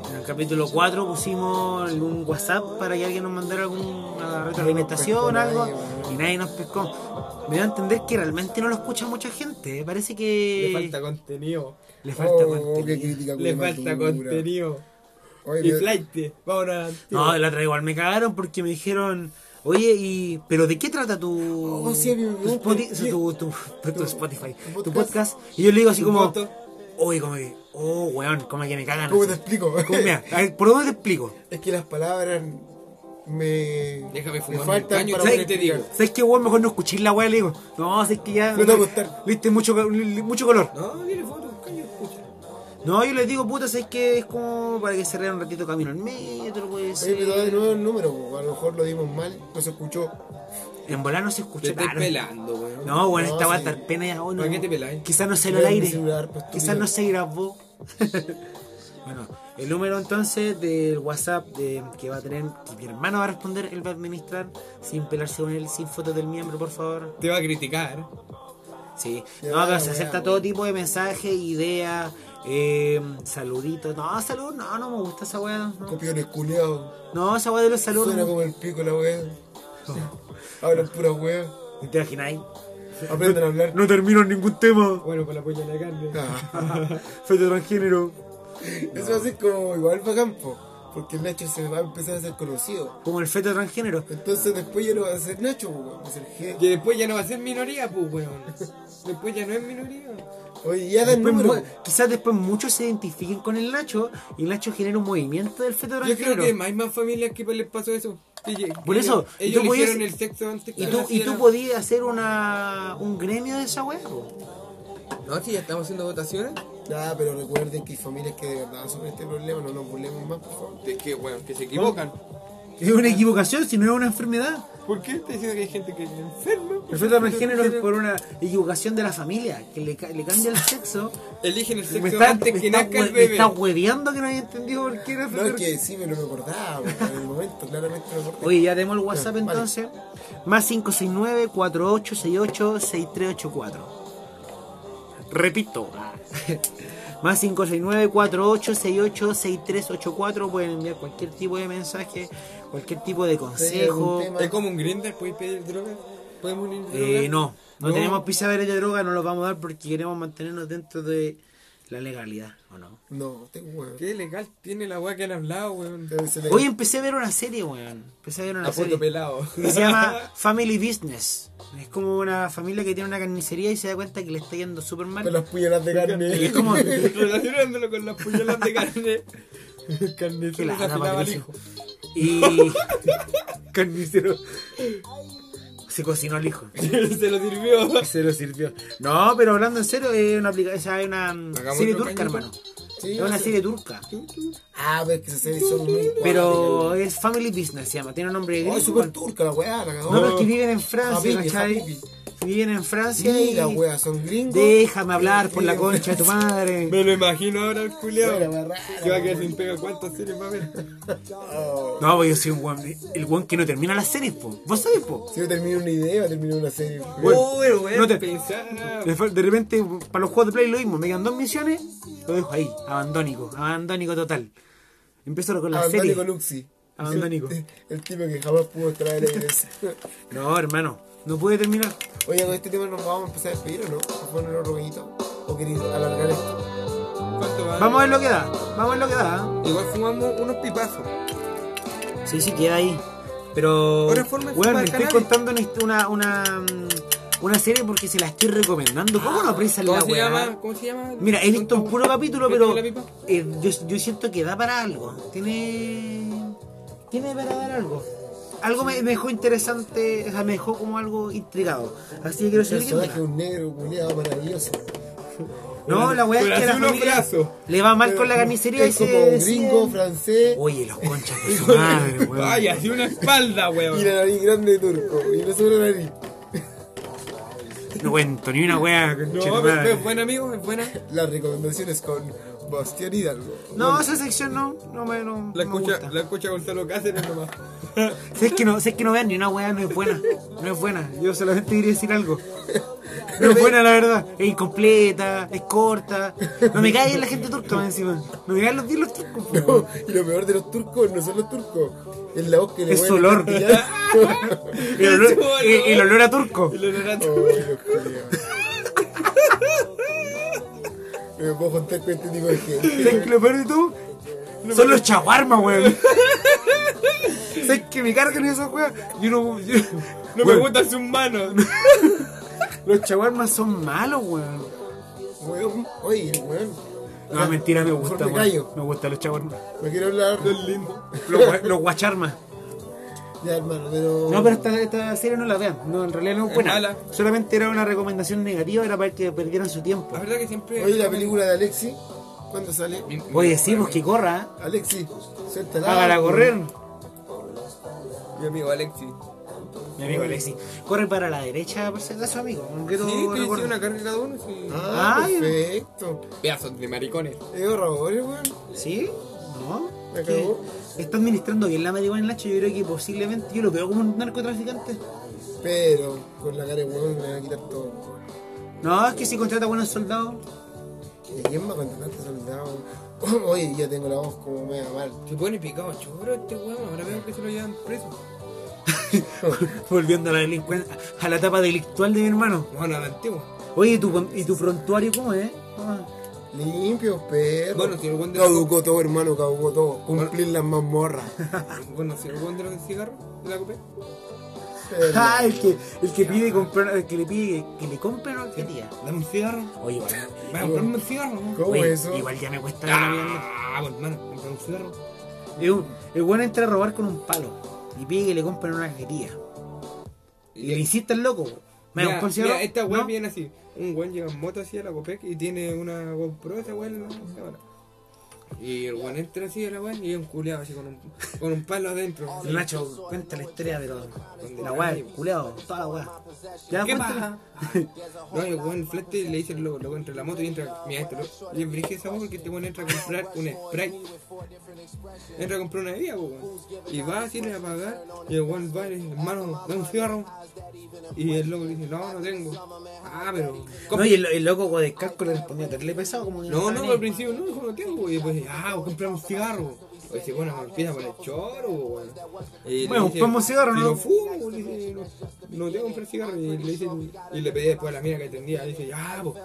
En el capítulo 4 pusimos un WhatsApp para que alguien nos mandara alguna retroalimentación, algo, y nadie nos pescó. Me dio a entender que realmente no lo escucha mucha gente. ¿eh? Parece que.
Le falta contenido.
Le
Oh,
falta
qué
contenido.
crítica,
Le
culiá,
falta
madura.
contenido.
Oye,
Y
pero-
flight. Vámonos.
No, la otra igual me cagaron porque me dijeron, oye, y ¿pero de qué trata tu,
Oh, sí, mi-
tu, Spoti-
sí.
tu, tu- tu Spotify,
tu
tu
podcast?
podcast? Y yo le digo así
Tu
como,
voto.
oye, como que, oh, weón, como que me cagan.
¿Cómo
así.
te explico?
Como, mira, a ver, ¿por dónde te explico?
Es que las palabras me,
Déjame
me
fumarme
faltan
el caño,
para
¿sabes?
poder explicar.
¿Sabes qué, weón? Mejor no escuchar la weá, le digo, no, sé que ya...
No te va a gustar.
Viste, mucho, ca- li- li- mucho color.
No, tiene fotos, caño, escucha.
No, yo les digo, puta, ¿sabes qué? Es como para que se rean un ratito camino al metro, pues...
Oye, pero de nuevo el número, po. a lo mejor lo dimos mal, no se escuchó.
En volar no se
Te
escucha
estoy
claro.
pelando, weón.
No, bueno,
No,
esta va a
sí.
estar pena ya. Oh, no.
¿Para qué te peláis?
Quizás no salió
Mira
al
mi
aire.
celular, pues,
Quizás
estúpido.
no se grabó. bueno, el número entonces del WhatsApp de- que va a tener, que mi hermano va a responder, él va a administrar, sin pelarse con él, sin fotos del miembro, por favor.
Te va a criticar.
Sí.
Ya
No,
va,
pero se
weá,
acepta
weá.
todo tipo de mensajes, ideas, eh, saluditos. No, salud, no, no me gusta esa weá. No,
Copiones culeados.
No, esa weá de los saludos.
Suena como el pico la weá. Hablan pura weá.
no- ¿Te imagináis?
Aprendan a hablar.
No termino ningún tema.
Bueno, para la polla de la carne.
Ah,
Feto transgénero.
Eso va a ser como igual para campo. Porque el Nacho se va a empezar a ser conocido.
Como el feto transgénero.
Entonces después ya no va a ser Nacho, po, weón, va a ser G.
Que después ya no va a ser minoría, pues, weón. Después ya no es minoría.
Oye, ya da el
Después
número.
mu- quizás después muchos se identifiquen con el Nacho y el Nacho genera un movimiento del feto
Yo creo
transgénero.
que hay más familias que les pasó eso. Que ye-
Por
que
eso, y
ellos
tú podías-
eligieron el sexo antes que
Y tú, y tú
nacieran.
podías hacer una, un gremio de esa weá, po.
No, si ya estamos haciendo votaciones.
Ah, pero recuerden que hay familias que de verdad sufren este problema, no nos burlemos más, por favor.
Es que, weón, que se equivocan.
Es una equivocación, si no es una enfermedad.
¿Por qué estás diciendo que hay gente que es enferma?
El feto transgénero es por una equivocación de la familia, que le, ca- le cambia el sexo.
Eligen el sexo
Me está,
antes
me
que
está
nazca
hue-
el
me
bebé.
está hueveando que no haya entendido por qué era feto
No, es
transgénero.
que sí, pero me acordaba, weón, en el momento, claramente me acordé.
Oye, ya demos el WhatsApp
Ya, vale.
entonces. Más 569-4868-6384. Repito. Más 569-4868-6384. Pueden enviar cualquier tipo de mensaje, cualquier tipo de consejo.
Sí, algún tema.
Es como un grinder, puedes pedir droga. Podemos unir droga.
Eh, no, no,
No.
tenemos pisadores de droga, no los vamos a dar porque queremos mantenernos dentro de la legalidad, ¿o no?
No, tengo weón.
Qué legal tiene la weá que han hablado, weón.
Se le-
Hoy empecé a ver una serie, weón. Empecé a ver una
A
serie.
foto pelado.
que se llama Family Business. Es como una familia que tiene una carnicería y se da cuenta que le está yendo súper mal.
Con las puñalas de carne.
Y es como-
Relacionándolo con las puñalas de carne.
Qué
Carnicero se
lata,
afilaba al
Patricio.
hijo.
Y. Carnicero. Se cocinó al hijo.
Se lo sirvió.
Se lo sirvió. No, pero hablando en serio, es una, aplica- o sea, es una mm,
Hagamos
serie
otro
turca,
cañito.
hermano.
Sí,
es una
sí.
serie turca.
Ah, pero es que esas series son muy.
Pero es Family Business, se llama. Tiene un nombre
Oh,
gringo.
es súper turca la weá, la cagó.
No, pero es que viven en Francia,
Family,
¿cachai?
family.
Viven en Francia
Sí,
y.
la weá, son gringos.
Déjame hablar por la concha de tu madre.
Me lo imagino ahora el culiao.
Bueno, weá, rara,
Se va a quedar sin pega cuántas series va a ver.
Oh.
No, pues yo soy un guan, el guan que no termina las series, po. ¿Vos sabés, po?
Si no termino una idea, va a terminar una serie.
Bueno,
Uy, weón,
no te-
pensá.
De, de repente, para los juegos de Play lo mismo, me quedan dos misiones, lo dejo ahí, abandónico, abandónico total. Empiezo con la
Abandónico
serie.
Luxi.
Abandónico.
El tipo que jamás pudo traer la iglesia.
No, hermano, no pude terminar.
Oye, con este tema nos vamos a empezar a despedir o no? ¿O poner otro rollito? ¿O queréis alargar esto?
¿Cuánto va?
Vamos a ver lo que da, vamos a ver lo que da. ¿ah?
Igual fumamos unos pipazos.
¿eh? Sí, sí, queda ahí. Pero,
Ahora forma de
bueno,
fumar
me estoy
cannabis.
contando una, hist- una, una, mm, una serie porque se la estoy recomendando. ¿Cómo no prisa
¿Cómo
la
se
weá?
llama? ¿Cómo se llama?
Mira, he visto un puro capítulo, pero
¿Viste la pipa?
eh, yo, yo siento que da para algo. Tiene. Tiene para dar algo. Algo me, me dejó interesante, o sea, me dejó como algo intrigado. Así que quiero seguir
Personaje
viéndola.
un negro culiado maravilloso.
No, la weá es que
Pero
la
hace unos
familia
brazos.
le va mal con la carnicería y
Eh, Es como
se.
un gringo
deciden-
francés
Oye, los conchas de su madre, weón.
Ay, así una espalda,
y
weón.
la nariz grande de turco. Y no solo la nariz.
No cuento ni una wea.
No, pero es buena, amigo, es buena.
Las recomendaciones con Bastián Hidalgo.
No, esa sección no, no me, no,
La
no me
escucha,
gusta.
la escucha Gonzalo Cáceres nomás.
Si es que no, si es que no vean ni una weá, no es buena. No es buena. Yo solamente quería decir algo. No es buena, la verdad. Es incompleta, es corta. No me cae la gente turca más encima. No me caen los bien los turcos. po.
No, y lo peor de los turcos no son los turcos. Es la voz que le
Es su
huele
olor.
a la
El olor, el, el olor a turco.
El honorato.
Oh, Dios mío. No me puedo contar con este tipo de gente.
¿Sabes que lo peor de todo? Son los chaguarmas, weón. ¿Sabes que me cargan esas weas? Yo no. yo-
No me
weón,
gustan sus manos.
Los chaguarmas son malos, weón.
Weón, Oye, weón.
No, mentira, me gusta,
Mejor me
weón.
callo.
Me gustan los chaguarmas.
No quiero hablar.
Los, gua- los guacharmas.
Ya, hermano, pero.
No, pero esta, esta serie no la vean. No, en realidad no es buena.
mala.
Solamente era una recomendación negativa, era para que perdieran su tiempo.
La verdad que siempre.
Oye, la película de Alexi. ¿Cuándo sale?
Oye, decimos que corra,
Alexi,
¿eh?
suéltala.
hágala correr.
Mi amigo Alexi.
Mi amigo Alexi. Corre para la derecha, por si acaso, amigo. Aunque tú
Sí, que
recuerdes.
hice una carga cada uno. Sí.
Ah,
Ay.
perfecto.
Pedazos de maricones.
Es horror, weón.
¿Sí? ¿No?
Me
Es que
acabó.
Está administrando bien la marihuana Nacho. Yo creo que posiblemente yo lo veo como un narcotraficante.
Pero con la cara de weón le van a quitar todo.
No, es que si contrata buenos soldados.
¿Y a quién va a contratar este soldado? Oye, ya tengo la voz como media mal.
Se pone picado choro este weón. Ahora veo que se lo llevan preso.
Volviendo a la delincuencia, a la etapa delictual de mi hermano.
Bueno, a la antigua.
Oye, ¿y tu, y tu prontuario cómo es? Ah.
Limpio, perro.
Bueno, si el weón de la-
Caducó todo, hermano, caducó todo. Cumplir las mazmorras.
Bueno, si el weón de los cigarros de la copia.
Ah, el que, el que pide comprar, el que le pide que le compren o que tía.
Dame un cigarro.
Oye, igual,
Va a comprarme un cigarro, ¿no?
¿Cómo
oye,
eso?
igual ya me cuesta la vida.
Ah, bueno, hermano, compré un cigarro.
Es un- El bueno entra a robar con un palo y pide que le compren una cajetilla. Y le insiste el loco. Me
Mira,
da un cigarro?
mira, esta weón
¿No?
viene así. Un weón lleva en moto así a la Copec y tiene una GoPro esa weón en la cámara. Y el weón entra así a la weón y es un culeado así con un, con un palo adentro.
El Nacho, cuenta la historia de los. La weá, el culeado, toda la weá. Ya,
¿Qué
cuéntala.
No, y el weón flete y le dice loco, loco entre la moto y entra. Mira esto, loco. Y es brígido esa weón porque este weón entra a comprar un spray. Entra a comprar una bebida, po, weón. Y va así le va a pagar. Y el weón va y le dice, hermano, dame un cigarro. Y el loco le dice, no, no tengo. Ah, pero.
No, y el, el loco con el casco le respondió, ¿te le pesado? Como que
No, no,
estaba
al
ni-
principio no, dijo no tengo, y después, ah, compramos un cigarro. O dice, bueno, empieza con el choro, weón. Y le
Bueno,
dice,
compramos cigarro,
y
¿no?
lo fumo, le dice, no, no tengo que comprar cigarro. Y le, dice, y le pedí después a la mina que atendía, le dice, ah, pues,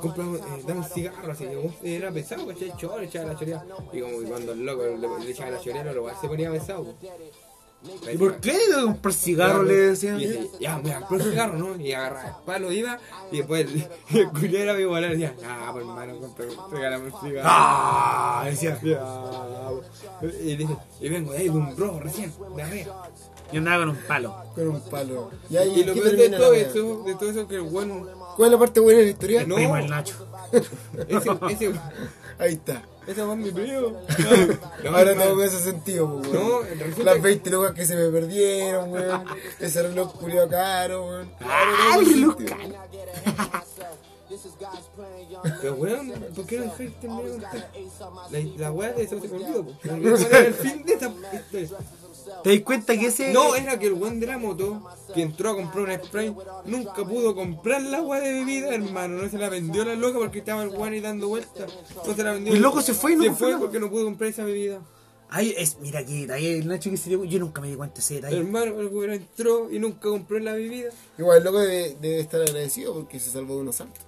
compramos, eh, dame un cigarro. Así que weón, era pesado, que el choro, echaba la chorea. Y como que cuando el loco le, le echaba la chorea, no, lo se ponía pesado. pues.
¿Y por qué le que comprar cigarro? Le decían.
Y dice, ya, me compró el cigarro, ¿no? Y agarraba el palo, iba, y después el, el culiao era mi y decía, ah, pues hermano, compré, regálame un cigarro.
¡Ah! Decía.
Ya, Y dice, y vengo de ahí de un robo recién, de arriba.
Y andaba con un palo.
Con un palo. Y ahí,
Y lo
¿qué
peor de
termina la
todo
wea?
eso, de todo eso que el bueno,
¿Cuál es la parte buena de la historia?
No.
Primo el Nacho.
ese, ese,
Ahí está.
ese fue mi primo.
Ahora todo me hace sentido, po, weón.
No, resulta
Las
que-
20 locas que se me perdieron, weón. Ese reloj culiao caro, weón.
¡Ah, el reloj caro!
Pero weón, ¿por qué no dejaste terminar de contar? La, la weá de eso se me olvidó, po. ¿Cuál era el fin de esta- este?
¿Te das cuenta que ese.?
No, era que el weón de la moto, que entró a comprar un spray, nunca pudo comprar la weá de bebida, hermano. No se la vendió la loca porque estaba el weón ahí dando vueltas. No se la vendió.
El loco se fue y no
Se
compró
fue
la-
porque no pudo comprar esa bebida.
Ay, es, mira aquí, detalle el Nacho que se dio. Yo nunca me di cuenta de ese detalle.
Hermano, el weón entró y nunca compró la bebida.
Igual el loco debe, debe estar agradecido porque se salvó de un asalto.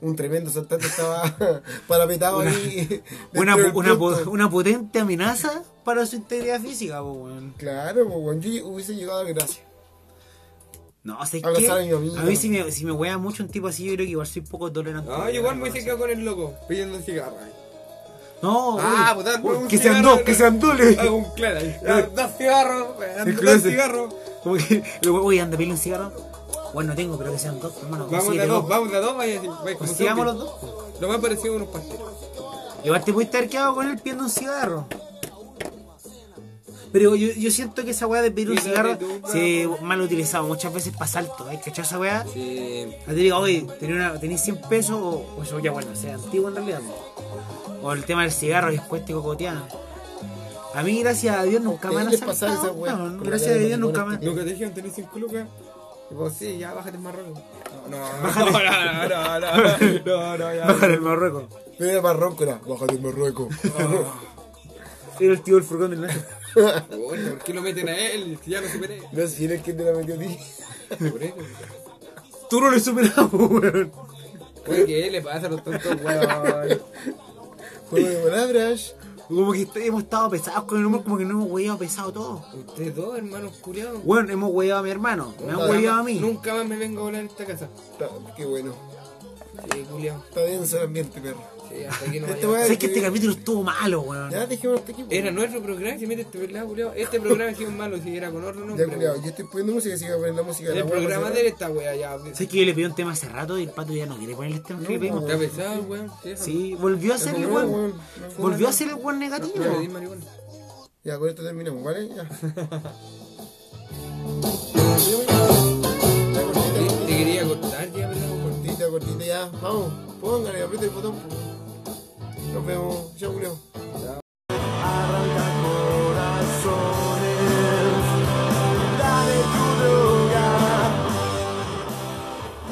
Un tremendo asaltante estaba parapetado ahí. dentro
Una,
del
una, po-
punto.
una potente amenaza para su integridad física, po, weón.
Claro, po, weón. Yo hubiese llegado a dar gracias.
No, o sea, es
Algo
que.
sabe mi amigo.
A mí, si me, si me wea mucho un tipo así, yo creo que igual soy poco tolerante.
Ah, igual me hice quedado con el loco, pidiendo cigarro.
No,
Ah,
uy,
pues dame
uy,
un
que sean
cigarro,
dos, que sean dos. le-
Hago un claro. ahí. Ah, Dos cigarros, eh,
El
dos
closet.
cigarros.
Como que, el weón, oye, anda, pide un cigarro. Bueno, no tengo, pero que sean dos, hermano.
Vamos de
consíguete
a dos, vamos de a dos, vaya así. vaya, como
Consigamos los
siempre.
dos. po.
Lo más parecido a unos pasteles.
Igual te pudiste haber quedado con él pidiendo un cigarro. Pero yo, yo siento que esa weá de pedir un
Pídele
cigarro
tú,
se mal utilizado muchas veces para salto. ¿Has cachado esa weá?
Sí.
A ti digo, oye, tenés, una- tenés 100 pesos o, o eso ya bueno, o sea antiguo en realidad. po. O el tema del cigarro y después te cocotean. A mí, gracias a Dios, nunca me han
Ustedes les pasaba
asaltado.
esa weá,
weón.
como
gracias a
la de
Dios, nunca me
marihuana.
Nunca te dijeron tenés 5 lucas. Y vos, sí, ya bájate el marroco. No, no, no, no, no, no, no, no, no, ya.
bajaron el Marruecos.
Pero era marrón con la baja del Marruecos.
Era el tío del furgón del Nacho.
Oye, ¿por qué lo meten a él? Si ya lo superé.
no sé si eres quien te la metió a ti.
Por eso.
Tú no lo superabas, weón.
Oye, ¿qué le pasa a los tontos, weón?
Juego de palabras.
Como que est- hemos estado pesados con el humor, como que no hemos hueveado pesado todo.
Ustedes dos, hermanos culiados.
Bueno, hemos hueveado a mi hermano, me han hueveado a mí.
Nunca más me vengo a volar en esta casa.
Está- Qué bueno.
Sí, culiado.
Está denso el ambiente, perro.
Sí, hasta aquí no
Este
va a
weón-
¿Sabes que este capítulo estuvo malo, weón?
Ya dejémoslo hasta aquí. pues. po.
Era nuestro programa, si mete este programa, culiado. Este programa es que es malo, si era con otro nombre.
Ya, culiao,
weón.
yo estoy poniendo música, así que voy a poner la música de la
El
weá
programa
para
de él esta wea ya.
¿Sabes que yo le pedí un tema hace rato y el pato ya no quiere ponerle este tema que le pedimos?
Está pesado, weón. Sí,
Sí, volvió a ser el
cerrar. No,
weón.
weón, no.
Volvió a ser el weón
No le di
negativo.
marihuana.
Ya, con esto terminamos, ¿vale? Ya. Ya,
Te
cortita,
te quería cortar ya, ¿verdad?
cortita, cortita, ya. Vamos, póngale, aprieta el botón. po. Nos vemos. Chao, Julio.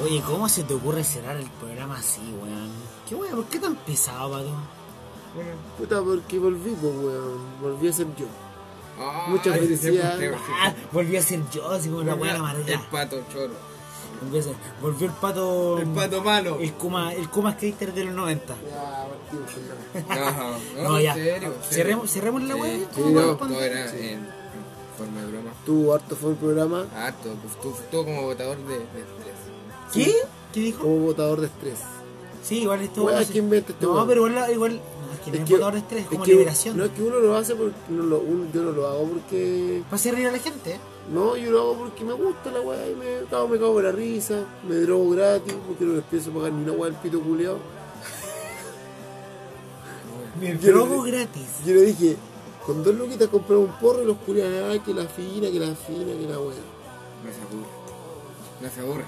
Oye, ¿cómo se te ocurre cerrar el programa así, weón? ¿Qué weón? ¿Por qué tan pesado, pato?
Puta, porque volví, pues, weón. Volví a ser yo.
Ah,
Muchas
ese
felicidades.
fue un tema.
Ah, volvió a ser yo, así como una weá
El
amarga.
pato choro.
Volvió a ser- Volvió el pato.
El pato malo.
El Kuma, el Kuma Skater de los 90.
Ya, partimos con la-
Ajá.
No, ya. Cerremos, cerremos la weá.
Sí,
¿cómo
no,
corresponde?
todo era en forma de broma.
Tú, harto fue el programa
Ah, todo, pues, tú, tú como votador de, de estrés.
¿Qué? ¿Qué dijo?
como votador de estrés.
Sí, igual esto.
Weá,
no sé-
¿quién inventa este
No,
weón?
pero igual. igual no, es que no es votador de estrés, es como
que-
liberación.
No, es que uno lo hace porque. No lo, uno- yo no lo hago porque.
Para hacer reír a la gente, ¿eh?
No, yo lo hago porque me gusta la weá y me cago, me cago en la risa, me drogo gratis porque no les pienso pagar ni una weá del pito culeado. Yo
Me
no-
drogo gratis.
Yo le dije, con dos luquitas compré un porro y los culeados, ay, que la fina, que la fina, que la weá.
No se aburre. No se aburre.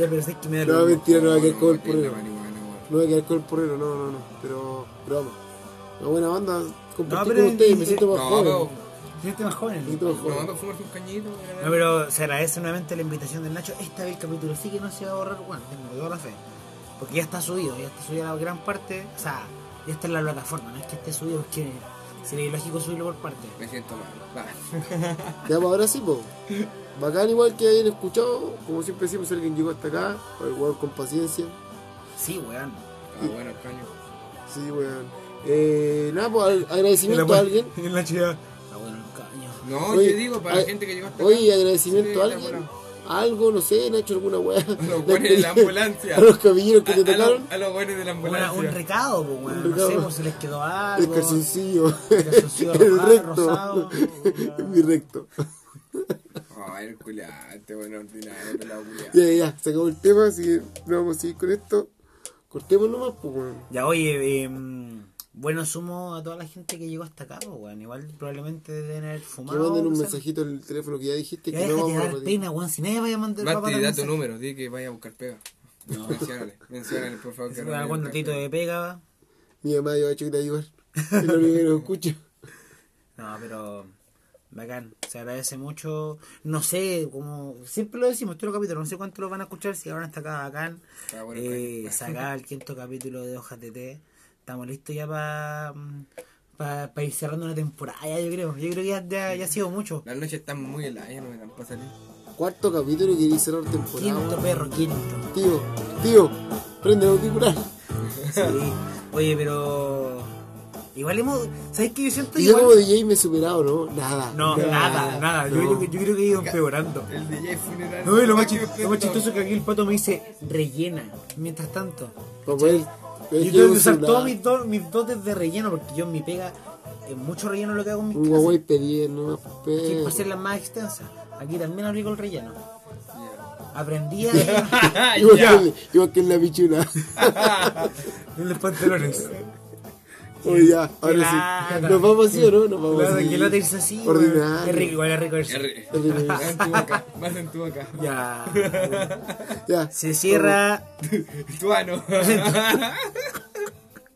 ya, pero sé que me da
No,
lo mismo.
mentira, no va a quedar
No,
con el
no, tiene
porrero.
marihuana, weón.
No voy a quedar con el porrero, no, no, no. Pero, broma. Una buena banda, compartir
No, pero-
con ustedes, me siento más
No,
joven.
pero-
Gente más joven.
Me
¿no?
siento más
No,
joven.
para fumarse un cañito.
No, pero se agradece nuevamente la invitación del Nacho. Esta vez el capítulo sí que no se va a borrar, Juan, tengo toda la fe. Porque ya está subido, ya está subida la gran parte. O sea, ya está en la plataforma, no es que esté subido, es que sería ilógico subirlo por parte.
Me siento mal. Va.
Ya, pues ahora sí, po. Bacán igual que hayan escuchado. Como siempre decimos, si alguien llegó hasta acá, el weón con paciencia.
Sí, weón.
Ah, bueno, el caño.
Sí, weón. Eh, nada, pues al- agradecimiento a alguien.
En la ciudad. Ah, bueno, el caño.
No,
Oye,
yo digo, para
ay,
la gente que llegó hasta
Oye,
acá.
agradecimiento
Sí,
a alguien.
elaborado.
Algo, no sé, han hecho alguna weá.
los buenos de la ambulancia.
A los camilleros que
A-
te
a los-
tocaron.
A los buenos de la
Una- un
ambulancia.
recado, pues, weón.
Un
No sé,
recado.
pues, se les quedó
El
algo.
calzoncillo.
El calzoncillo
El
rosado,
recto.
rosado.
Mi recto.
Ay, el culiante, bueno, ordinario, pelado culiante.
Ya, ya, se acabó el tema, así que no vamos a seguir con esto. Cortemos nomás, pues, weón.
Ya, oye, eh, bueno, sumo a toda la gente que llegó hasta acá, pues, weón. Igual probablemente deben haber
Que
fumado.
manden un
no sé.
mensajito en el teléfono que ya dijiste
Ya
que no
déjate
vamos a
dar
repetir.
pena, weón. Si nadie vaya a mandar va a
Mati,
mandar
da tu
mensaje.
número, di que vaya a buscar pega. Mencionale, mencionale, por favor.
Es
que
un algún
buscar
datito
pega.
de pega.
Mi mamá yo ha hecho que te ayudar. Es lo único que nos escucha.
No, pero bacán. Se agradece mucho. No sé, como siempre lo decimos, todos los capítulos, no sé cuánto lo van a escuchar, si ahora hasta acá, bacán.
Ah, bueno,
eh,
bacán.
sacar el quinto capítulo de Hojas de Té. Estamos listos ya para pa, pa ir cerrando una temporada, ya, yo creo. Yo creo que ya, ya, ya ha sido mucho.
Las noches están muy heladas, ya no me dan para salir.
Cuarto capítulo y quería cerrar temporada.
Quinto
weón.
perro, quinto.
Tío, tío, prende el auricular.
Sí. Oye, pero. Igual hemos. ¿Sabes qué? Yo siento
Y yo
igual-
como DJ me he superado, ¿no? Nada.
No, nada, nada. Yo,
no.
creo que, yo creo que he ido empeorando.
El DJ funeral.
No, y lo más, chi- lo más chistoso es que aquí el pato me dice rellena. Mientras tanto,
Para poder- pero es
y
que es
yo
un
saltó
celular,
mis, do- mis dotes de relleno porque yo en mi pega es mucho relleno lo que hago en mis
Un
clases.
Huawei pedí, no
Aquí,
pero-
por ser las más extensas. Aquí también aplico el relleno.
Ya.
Aprendí a Ah,
Igual que en- igual que en la pichula.
en los pantalones.
Oye, ya, ahora sí.
Lata.
Nos vamos así o no? Nos vamos
Claro,
así.
que lata irse así, weón.
Ordinario.
Es rico, igual es rico irse.
R. Más en tu boca. Más en tu boca.
Ya.
Ya.
Se cierra.
Tu ano.